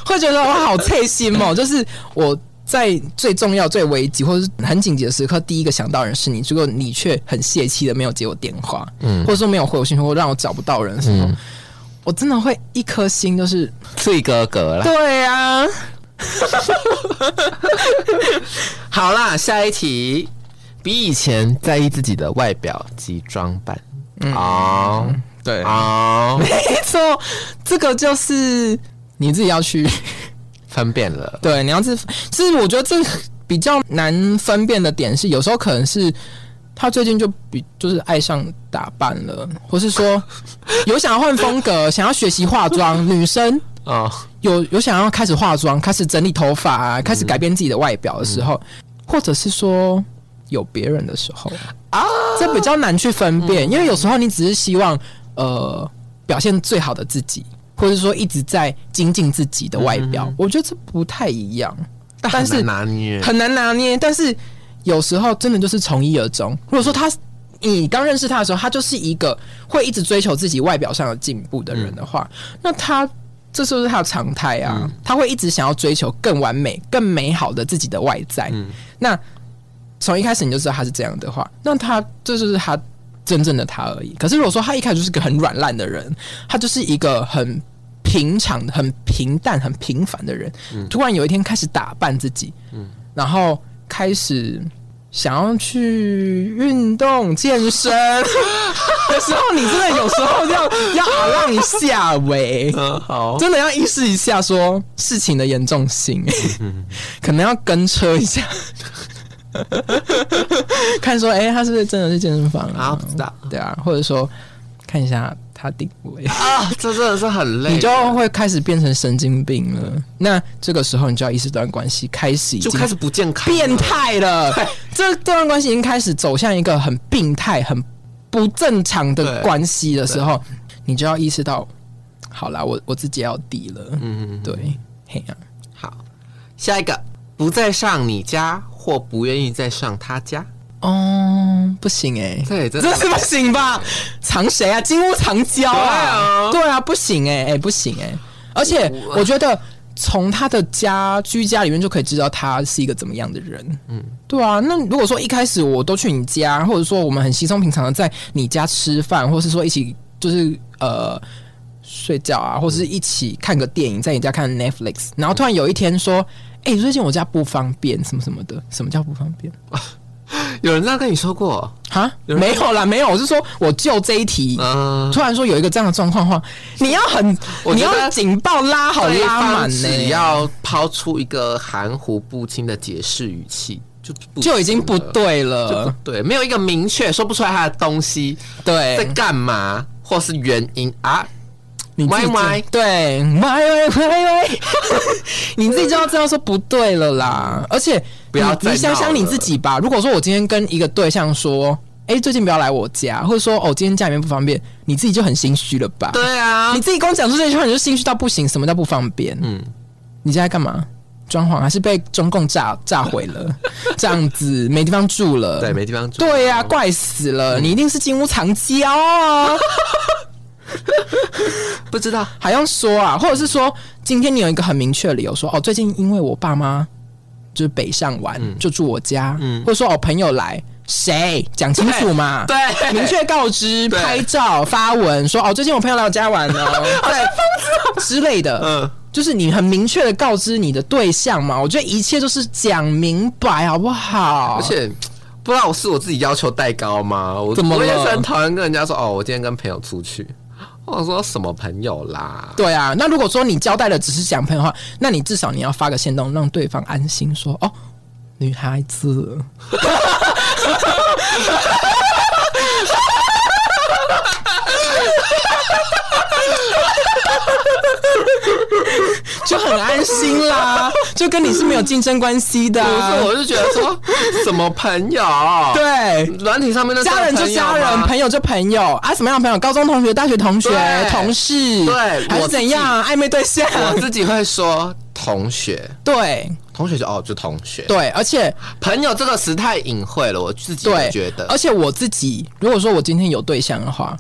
[SPEAKER 2] 会觉得我好脆心哦，就是我。在最重要、最危急或者是很紧急的时刻，第一个想到的人是你，结果你却很泄气的没有接我电话，嗯，或者说没有回我信息，或让我找不到人的时候，
[SPEAKER 3] 嗯
[SPEAKER 2] 我真的会一颗心就是
[SPEAKER 3] 翠哥哥啦。
[SPEAKER 2] 对啊呀、
[SPEAKER 3] 好啦，下一题，比以前在意自己的外表及装扮。哦
[SPEAKER 2] 嗯对，
[SPEAKER 3] 哦，
[SPEAKER 2] 没错，这个就是你自己要去，
[SPEAKER 3] 分辨了。
[SPEAKER 2] 对，你要是，其实我觉得这比较难分辨的点是，有时候可能是他最近就比就是爱上打扮了，或是说有想要换风格，想要学习化妆，女生。
[SPEAKER 3] 哦，
[SPEAKER 2] 有有想要开始化妆，开始整理头发啊，开始改变自己的外表的时候，或者是说有别人的时候啊，这比较难去分辨，因为有时候你只是希望呃表现最好的自己，或者说一直在精进自己的外表，我觉得这不太一样，但是
[SPEAKER 3] 很难拿捏
[SPEAKER 2] 很难拿捏。但是有时候真的就是从一而终。如果说他你刚认识他的时候，他就是一个会一直追求自己外表上的进步的人的话，那他这就是他的常态啊。他会一直想要追求更完美、更美好的自己的外在。那从一开始你就知道他是这样的话，那他这就是他真正的他而已。可是如果说他一开始就是个很软烂的人，他就是一个很平常、很平淡、很平凡的人，突然有一天开始打扮自己，然后开始想要去运动健身的时候，你真的有时候要要好让一下喂。
[SPEAKER 3] 嗯，好，
[SPEAKER 2] 真的要意识一下，说事情的严重性，可能要跟车一下， 看说，哎、他是不是真的是健身房
[SPEAKER 3] 啊，
[SPEAKER 2] 啊？
[SPEAKER 3] 不知道
[SPEAKER 2] 对啊，或者说看一下他定位，
[SPEAKER 3] 啊，这真的是很累，哦
[SPEAKER 2] 你就会开始变成神经病了。那这个时候，你就要意识到关系开始已
[SPEAKER 3] 就
[SPEAKER 2] 经
[SPEAKER 3] 开始不健康，
[SPEAKER 2] 变，态了，这段关系已经开始走向一个很病态、很不正常的
[SPEAKER 3] 对
[SPEAKER 2] 关系的时候，你就要意识到，好啦，我我自己要低了。
[SPEAKER 3] 嗯，对，
[SPEAKER 2] 对，嘿呀、
[SPEAKER 3] 好，下一个，不再上你家或不愿意再上他家，
[SPEAKER 2] 哦，不行哎、
[SPEAKER 3] 对，这
[SPEAKER 2] 这是不行吧？藏谁啊？金屋藏娇啊？对啊，不行哎、哎、不行哎、而且
[SPEAKER 3] 我
[SPEAKER 2] 我觉得从他的家居家里面就可以知道他是一个怎么样的人。嗯，对啊。那如果说一开始我都去你家，或者说我们很稀松平常的在你家吃饭，或是说一起就是呃。睡觉
[SPEAKER 3] 嗯
[SPEAKER 2] 啊，或者是一起看个电影，在你家看 Netflix，然后突然有一天说：“哎、最近我家不方便，什么什么的。”什么叫不方便？
[SPEAKER 3] 有人这样跟你说过，
[SPEAKER 2] 哈，
[SPEAKER 3] 有人
[SPEAKER 2] 没有啦，没有，我是说我就这一题。
[SPEAKER 3] 嗯，
[SPEAKER 2] 突然说有一个这样的状况的话，你要很，
[SPEAKER 3] 我
[SPEAKER 2] 你
[SPEAKER 3] 觉得
[SPEAKER 2] 要警报拉好
[SPEAKER 3] 对
[SPEAKER 2] 拉
[SPEAKER 3] 方
[SPEAKER 2] 满呢、
[SPEAKER 3] 只要抛出一个含糊不清的解释语气，就不
[SPEAKER 2] 就已经不
[SPEAKER 3] 行了
[SPEAKER 2] 对
[SPEAKER 3] 就
[SPEAKER 2] 了
[SPEAKER 3] 不，对，没有一个明确说不出来他的东西在
[SPEAKER 2] 对，
[SPEAKER 3] 干嘛，或是原因啊，
[SPEAKER 2] 你自己就
[SPEAKER 3] 歪歪
[SPEAKER 2] 对歪歪歪歪， 你自己就要知道说不对了啦。而且
[SPEAKER 3] 不要
[SPEAKER 2] 你
[SPEAKER 3] 再
[SPEAKER 2] 你想想
[SPEAKER 3] 闹了
[SPEAKER 2] 你自己吧，如果说我今天跟一个对象说，哎、最近不要来我家，或者说哦，今天家里面不方便，你自己就很心虚了吧？
[SPEAKER 3] 对啊
[SPEAKER 2] 你，自己跟我讲出这句话，你就心虚到不行，什么叫不方便？嗯
[SPEAKER 3] 嗯，
[SPEAKER 2] 你现在干嘛？装潢还是被中共炸炸毁 了，这样子没地方住了。
[SPEAKER 3] 对，嗯没地方住。
[SPEAKER 2] 对呀、怪死了！你一定是金屋藏娇哦，
[SPEAKER 3] 不知道。
[SPEAKER 2] 还用说啊？ 或者是说，今天你有一个很明确的理由说，哦，最近因为我爸妈就是北上玩，就住我家，
[SPEAKER 3] 嗯
[SPEAKER 2] 或者说哦，朋友来，谁讲清楚嘛？
[SPEAKER 3] 对，
[SPEAKER 2] 明确告知，
[SPEAKER 3] 对
[SPEAKER 2] 拍照发文说哦，最近我朋友来我家玩 哦，对，之类的，
[SPEAKER 3] 嗯
[SPEAKER 2] 就是你很明确的告知你的对象嘛。我觉得一切都是讲明白，好不好？啊
[SPEAKER 3] 而且不知道我是我自己要求太高吗？我
[SPEAKER 2] 怎么了
[SPEAKER 3] 我也是很讨厌跟人家说哦，我今天跟朋友出去。我说什么朋友啦？
[SPEAKER 2] 对啊，那如果说你交代的只是讲朋友的话，那你至少你要发个行动，让对方安心说哦，女孩子。 就很安心啦，就跟你是没有竞争关系的
[SPEAKER 3] 不
[SPEAKER 2] 啊、
[SPEAKER 3] 是，我是觉得说 什么朋友？
[SPEAKER 2] 对，
[SPEAKER 3] 软体上面的
[SPEAKER 2] 家人就家人，朋友就朋友啊，什么样的朋友？高中同学、大学同学、
[SPEAKER 3] 对
[SPEAKER 2] 同事，
[SPEAKER 3] 对
[SPEAKER 2] 还是
[SPEAKER 3] 我自己
[SPEAKER 2] 怎样暧昧对象？
[SPEAKER 3] 我自己会说同学，
[SPEAKER 2] 对
[SPEAKER 3] 同学就哦，就同学。
[SPEAKER 2] 对，而且
[SPEAKER 3] 朋友这个词太隐晦了，我自己
[SPEAKER 2] 对呃
[SPEAKER 3] 也觉得。
[SPEAKER 2] 而且我自己，如果说我今天有对象的话，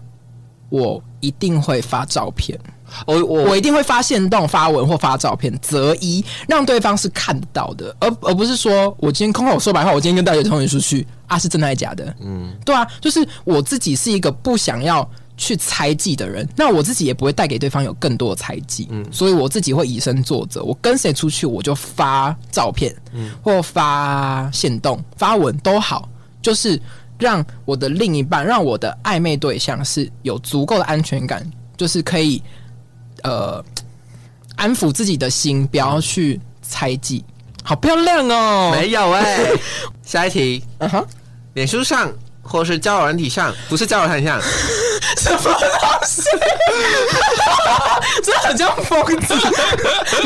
[SPEAKER 2] 我一定会发照片，
[SPEAKER 3] 我我
[SPEAKER 2] 我一定会发现动、发文或发照片，择一让对方是看得到的，而而不是说我今天空口说白话，我今天跟大学同学出去啊，是真的还是假的？嗯，对啊，就是我自己是一个不想要。去猜忌的人，那我自己也不会带给对方有更多的猜忌，嗯，所以我自己会以身作则，我跟谁出去我就发照片，嗯，或发现动、发文都好，就是让我的另一半，让我的暧昧对象是有足够的安全感，就是可以呃安抚自己的心，不要去猜忌。好漂亮哦！
[SPEAKER 3] 没有 哎、下一题，
[SPEAKER 2] 嗯哼，
[SPEAKER 3] 脸书上或是交友软体上，不是交友软体上，
[SPEAKER 2] 什么东 西？这很像疯子。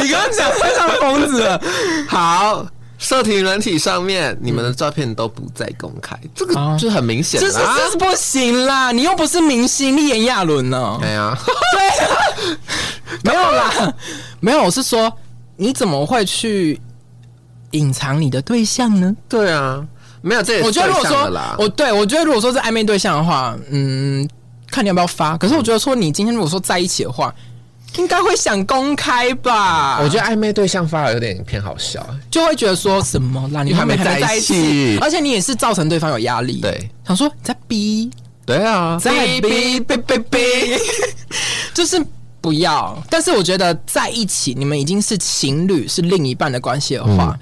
[SPEAKER 2] 你刚刚讲太像疯子了。
[SPEAKER 3] 好，社群软体上面你们的照片都不再公开，这个
[SPEAKER 2] 啊
[SPEAKER 3] 就很明显
[SPEAKER 2] 这是
[SPEAKER 3] 啦。
[SPEAKER 2] 这是不行啦！你又不是明星，你演亚纶呢？
[SPEAKER 3] 哎呀，
[SPEAKER 2] 没有啦，没有。我是说，你怎么会去隐藏你的对象呢？
[SPEAKER 3] 对啊，没有这也是
[SPEAKER 2] 我觉得如果
[SPEAKER 3] 对象的
[SPEAKER 2] 说
[SPEAKER 3] 啦，，
[SPEAKER 2] 我对我觉得如果说是暧昧对象的话，嗯，看你要不要发。可是我觉得说你今天如果说在一起的话，应该会想公开吧？
[SPEAKER 3] 我觉得暧昧对象发了有点偏好笑。
[SPEAKER 2] 就会觉得说什么啦，你们
[SPEAKER 3] 还没
[SPEAKER 2] 还没
[SPEAKER 3] 在
[SPEAKER 2] 在
[SPEAKER 3] 一
[SPEAKER 2] 一
[SPEAKER 3] 起
[SPEAKER 2] 起，而且你也是造成对方有压力。
[SPEAKER 3] 对，
[SPEAKER 2] 想说你在逼，
[SPEAKER 3] 对啊，
[SPEAKER 2] 在逼逼逼逼， 就是不要。但是我觉得在一起，你们已经是情侣，是另一半的关系的话。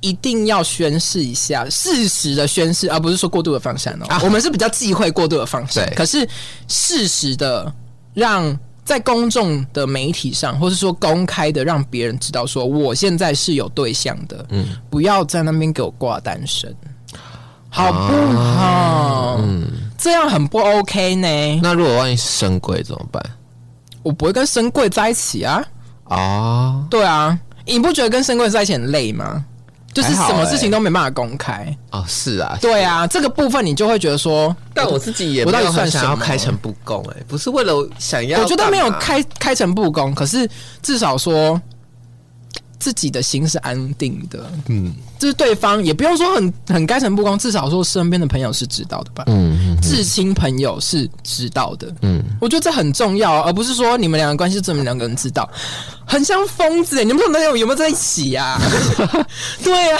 [SPEAKER 2] 一定要宣誓一下，适时的宣誓，而不是说过度的放闪哦。我们是比较忌讳过度的放闪，
[SPEAKER 3] 对
[SPEAKER 2] 可是适时的让在公众的媒体上，或是说公开的让别人知道，说我现在是有对象的，嗯，不要在那边给我挂单身，好不
[SPEAKER 3] 啊
[SPEAKER 2] 好？嗯，这样很不 OK 呢。
[SPEAKER 3] 那如果万一是深柜怎么办？
[SPEAKER 2] 我不会跟深贵在一起啊。
[SPEAKER 3] 哦，
[SPEAKER 2] 对啊，你不觉得跟深贵在一起很累吗？就是
[SPEAKER 3] 还好
[SPEAKER 2] 什么
[SPEAKER 3] 欸
[SPEAKER 2] 事情都没办法公开。
[SPEAKER 3] 哦，是啊，
[SPEAKER 2] 对啊，这个部分你就会觉得说，
[SPEAKER 3] 但我自己也
[SPEAKER 2] 我
[SPEAKER 3] 没
[SPEAKER 2] 到底
[SPEAKER 3] 有很
[SPEAKER 2] 算
[SPEAKER 3] 想啊
[SPEAKER 2] 什
[SPEAKER 3] 要
[SPEAKER 2] 么
[SPEAKER 3] 开诚布公、哎，不是为了想要，
[SPEAKER 2] 我觉得没有，开开诚布公，可是至少说自己的心是安定的。
[SPEAKER 3] 嗯
[SPEAKER 2] 就是对方也不用说很很开诚布公，至少说身边的朋友是知道的吧，
[SPEAKER 3] 嗯
[SPEAKER 2] 至亲朋友是知道的。
[SPEAKER 3] 嗯，
[SPEAKER 2] 我觉得这很重要，而不是说你们两个关系只有你们两个人知道，很像疯子欸。你们两个有有没有在一起呀、对呀、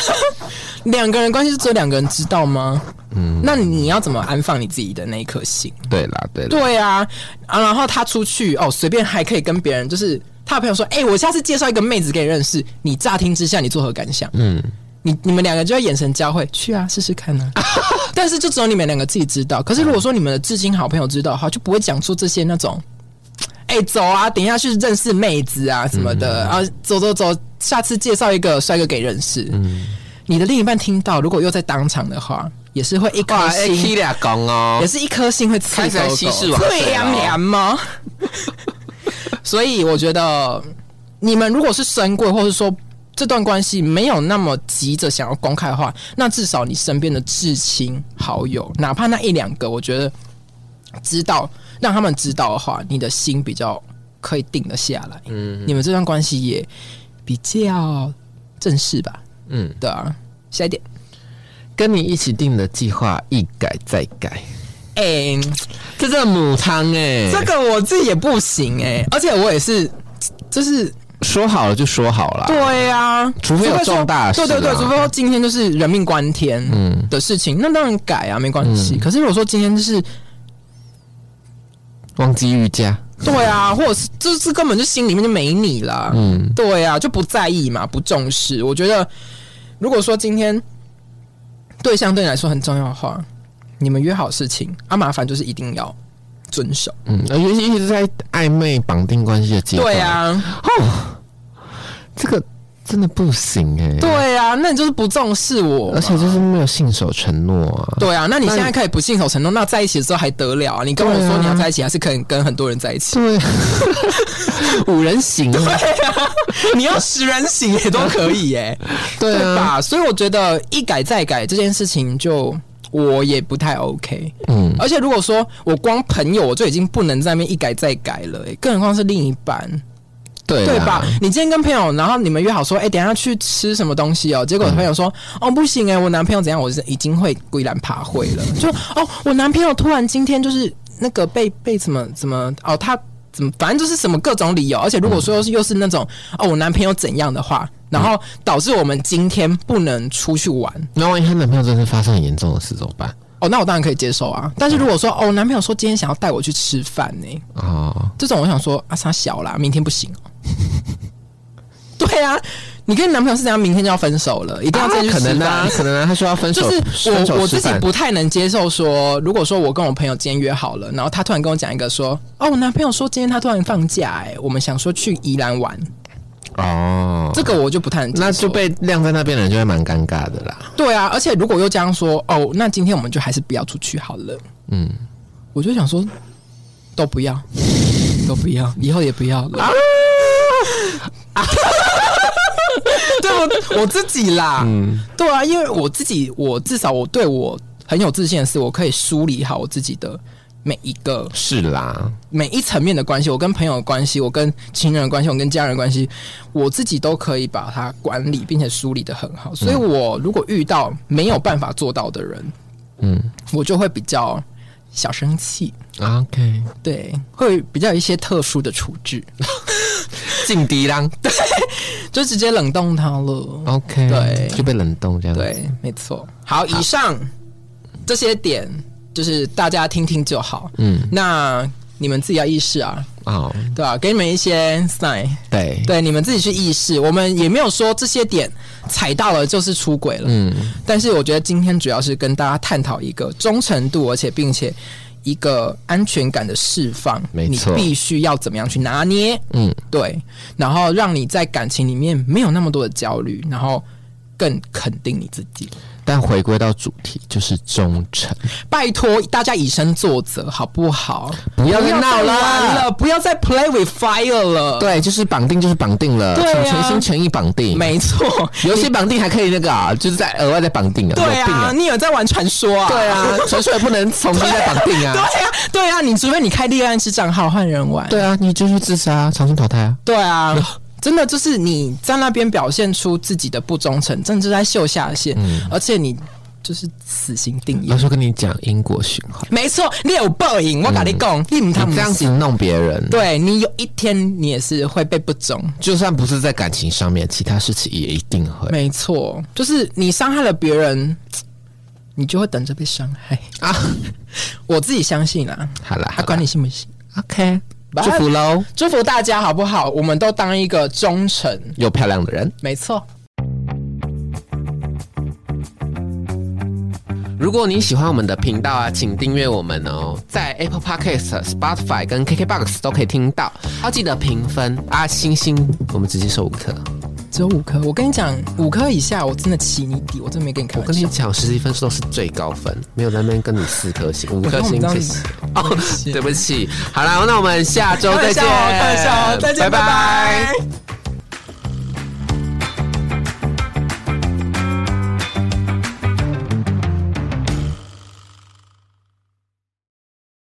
[SPEAKER 2] 两个人关系是只有两个人知道吗？嗯，那你要怎么安放你自己的那一颗心？
[SPEAKER 3] 对啦对啦，
[SPEAKER 2] 对啊，啊，然后他出去哦，随便还可以跟别人，就是他的朋友说，哎、我下次介绍一个妹子给你认识，你乍听之下你作何感想？
[SPEAKER 3] 嗯，
[SPEAKER 2] 你你们两个就会眼神交汇，去啊，试试看啊。 但是就只有你们两个自己知道。可是如果说你们的至亲好朋友知道的话，就不会讲出这些那种，哎、走啊，等一下去认识妹子啊什么
[SPEAKER 3] 嗯
[SPEAKER 2] 的，啊，走走走，下次介绍一个帅哥给认识。
[SPEAKER 3] 嗯
[SPEAKER 2] 你的另一半听到，如果又在当场的话，也是会一颗
[SPEAKER 3] 哇，哎，
[SPEAKER 2] 心
[SPEAKER 3] 踢俩公哦
[SPEAKER 2] 也，是一颗心会刺
[SPEAKER 3] 开始在
[SPEAKER 2] 狗狗啊
[SPEAKER 3] 稀释瓦斯了哦
[SPEAKER 2] 最凉凉吗？所以我觉得你们如果是深贵，或是说这段关系没有那么急着想要公开化，那至少你身边的至亲好友，哪怕那一两个，我觉得知道让他们知道的话，你的心比较可以定得下来。嗯，你们这段关系也比较正式吧？
[SPEAKER 3] 嗯，
[SPEAKER 2] 对啊。下一点，
[SPEAKER 3] 跟你一起定的计划一改再改，
[SPEAKER 2] 哎、
[SPEAKER 3] 这真的母汤哎、
[SPEAKER 2] 这个我自己也不行哎、而且我也是，就是
[SPEAKER 3] 说好了就说好了，
[SPEAKER 2] 对呀、
[SPEAKER 3] 啊除非有
[SPEAKER 2] 说
[SPEAKER 3] 重大的
[SPEAKER 2] 对对
[SPEAKER 3] 事啊
[SPEAKER 2] 对，除非说今天就是人命关天
[SPEAKER 3] 嗯
[SPEAKER 2] 的事情，那当然改啊，没关系。可是如果说今天就是
[SPEAKER 3] 忘记瑜伽，
[SPEAKER 2] 对啊，或者是就是根本就心里面就没你啦，
[SPEAKER 3] 嗯，
[SPEAKER 2] 对啊，就不在意嘛，不重视。我觉得如果说今天对象对你来说很重要的话，你们约好事情啊，麻烦就是一定要遵守。
[SPEAKER 3] 嗯，而尤其一直在暧昧绑定关系的阶段，哦
[SPEAKER 2] 对，啊，
[SPEAKER 3] 这个真的不行哎、
[SPEAKER 2] 对啊，那你就是不重视我嘛
[SPEAKER 3] 而。且就是没有信守承诺啊，
[SPEAKER 2] 对啊，那你现在可以不信守承诺，那在一起的时候还得了啊？你跟我
[SPEAKER 3] 对啊
[SPEAKER 2] 说你要在一起，还是可以跟很多人在一起？
[SPEAKER 3] 对， 五人行啊，
[SPEAKER 2] 你要十人行也都可以耶、
[SPEAKER 3] 对
[SPEAKER 2] 对
[SPEAKER 3] 啊，
[SPEAKER 2] 吧？所以我觉得一改再改这件事情就。我也不太 OK，
[SPEAKER 3] 嗯，
[SPEAKER 2] 而且如果说我光朋友我就已经不能在那边一改再改了、欸，更何况是另一半，
[SPEAKER 3] 对
[SPEAKER 2] 对
[SPEAKER 3] 啊
[SPEAKER 2] 吧？？你今天跟朋友，然后你们约好说，哎、等一下去吃什么东西哦，结果朋友说，
[SPEAKER 3] 嗯
[SPEAKER 2] 哦不行哎、我男朋友怎样，我是已经会归然爬会 了，就哦我男朋友突然今天就是那个被被怎么怎么哦他怎么反正就是什么各种理由，而且如果说是又是那种哦我男朋友怎样的
[SPEAKER 3] 嗯
[SPEAKER 2] 话，然后导致我们今天不能出去玩，
[SPEAKER 3] 那万一她男朋友真的发生很严重的事怎么办？
[SPEAKER 2] 哦那我当然可以接受啊，但是如果说哦我男朋友说今天想要带我去吃饭欸呢、
[SPEAKER 3] 哦，
[SPEAKER 2] 这种我想说啊，他小啦，明天不行哦。 对啊，你跟你男朋友是怎样，明天就要分手了，一定要再去吃
[SPEAKER 3] 可
[SPEAKER 2] 饭、
[SPEAKER 3] 能啊，可能啊，他说要分手，
[SPEAKER 2] 就是
[SPEAKER 3] 分
[SPEAKER 2] 我
[SPEAKER 3] 手
[SPEAKER 2] 我
[SPEAKER 3] 吃
[SPEAKER 2] 自己
[SPEAKER 3] 饭
[SPEAKER 2] 不太能接受说，如果说我跟我朋友今天约好了，然后他突然跟我讲一个说，哦，我男朋友说今天他突然放假、哎，我们想说去宜兰玩，
[SPEAKER 3] 哦，
[SPEAKER 2] 这个我就不太能接受。
[SPEAKER 3] 那就被晾在那边的人就会蛮尴尬的啦。
[SPEAKER 2] 对啊，而且如果又这样说，哦，那今天我们就还是不要出去好了。
[SPEAKER 3] 嗯，
[SPEAKER 2] 我就想说，都不要，都不要，以后也不要了。啊啊 对我我自己啦，对啊，因为我自己，我至少我对我很有自信的是，我可以梳理好我自己的每一个
[SPEAKER 3] 是啦，
[SPEAKER 2] 每一层面的关系，我跟朋友的关系，我跟情人的关系，我跟家人的关系，我自己都可以把它管理并且梳理的很好。所以我如果遇到没有办法做到的人，
[SPEAKER 3] 嗯啊
[SPEAKER 2] 我就会比较小生气，
[SPEAKER 3] ，OK，
[SPEAKER 2] 对，会比较有一些特殊的处置，
[SPEAKER 3] 劲敌郎
[SPEAKER 2] 就直接冷冻他了。
[SPEAKER 3] ，OK，
[SPEAKER 2] 对
[SPEAKER 3] 就被冷冻这样。，
[SPEAKER 2] 对，没错。好，以上这些点就是大家听听就好。
[SPEAKER 3] 嗯，
[SPEAKER 2] 那你们自己要意识啊，
[SPEAKER 3] 哦，
[SPEAKER 2] 对吧、给你们一些 sign。
[SPEAKER 3] 对，
[SPEAKER 2] 对，你们自己去意识，我们也没有说这些点踩到了就是出轨了。
[SPEAKER 3] 嗯，
[SPEAKER 2] 但是我觉得今天主要是跟大家探讨一个忠诚度，而且并且一个安全感的释放，
[SPEAKER 3] 没
[SPEAKER 2] 你
[SPEAKER 3] 错
[SPEAKER 2] 必须要怎么样去拿捏，
[SPEAKER 3] 嗯，
[SPEAKER 2] 对，然后让你在感情里面没有那么多的焦虑，然后更肯定你自己。
[SPEAKER 3] 但回归到主题，就是忠诚，
[SPEAKER 2] 拜托大家以身作则，好不好？
[SPEAKER 3] 不要
[SPEAKER 2] 不
[SPEAKER 3] 再
[SPEAKER 2] 要
[SPEAKER 3] 闹
[SPEAKER 2] 再玩
[SPEAKER 3] 了。
[SPEAKER 2] 了，不要再 play with fire 了。，
[SPEAKER 3] 对，就是绑定，就是绑定了，
[SPEAKER 2] 对啊
[SPEAKER 3] 请全心全意绑定。
[SPEAKER 2] 没错。
[SPEAKER 3] 游戏绑定还可以那个啊，就是在额外再绑定啊，
[SPEAKER 2] 对
[SPEAKER 3] 有病
[SPEAKER 2] 啊，
[SPEAKER 3] 啊，
[SPEAKER 2] 你有在玩传说啊？
[SPEAKER 3] 对啊，传说也不能重新再绑定
[SPEAKER 2] 对
[SPEAKER 3] 啊。
[SPEAKER 2] 啊，对啊，你除非你开恋爱式账号换人玩，
[SPEAKER 3] 对啊，你就去自杀啊，长生淘汰啊。
[SPEAKER 2] 对啊， 真的就是你在那边表现出自己的不忠诚，真的就在秀下限，
[SPEAKER 3] 嗯
[SPEAKER 2] 而且你就是死刑定义
[SPEAKER 3] 老。师跟你讲因果循环，
[SPEAKER 2] 没错，你有报应，我跟你讲，你唔
[SPEAKER 3] 嗯
[SPEAKER 2] 他
[SPEAKER 3] 你
[SPEAKER 2] 们
[SPEAKER 3] 这样子弄别人，
[SPEAKER 2] 对你有一天你也是会被不忠。
[SPEAKER 3] 就算不是在感情上面，其他事情也一定会
[SPEAKER 2] 没错，就是你伤害了别人，你就会等着被伤害。
[SPEAKER 3] 啊。
[SPEAKER 2] 我自己相信啦，
[SPEAKER 3] 好啦，
[SPEAKER 2] 啊，
[SPEAKER 3] 好啦
[SPEAKER 2] 管你信不信，
[SPEAKER 3] ，OK，祝福喽，
[SPEAKER 2] 祝福大家好不好？我们都当一个忠诚，
[SPEAKER 3] 又漂亮的人。
[SPEAKER 2] 没错。
[SPEAKER 3] 如果你喜欢我们的频道啊，请订阅我们哦，在 Apple Podcast、Spotify 跟 KKBox 都可以听到。要记得评分啊，星星，我们直接收五颗。
[SPEAKER 2] 只有五颗，我跟你讲，五颗以下我真的起你底，我真的没跟你开
[SPEAKER 3] 我
[SPEAKER 2] 玩
[SPEAKER 3] 跟你
[SPEAKER 2] 笑。
[SPEAKER 3] 讲，实习分数都是最高分，没有在那边跟你四颗 星、五颗星，谢谢。
[SPEAKER 2] 哦，
[SPEAKER 3] 对不起，好啦，那我们下周
[SPEAKER 2] 开
[SPEAKER 3] 再见
[SPEAKER 2] 玩笑哦，开玩笑哦，再见，
[SPEAKER 3] 拜
[SPEAKER 2] 拜拜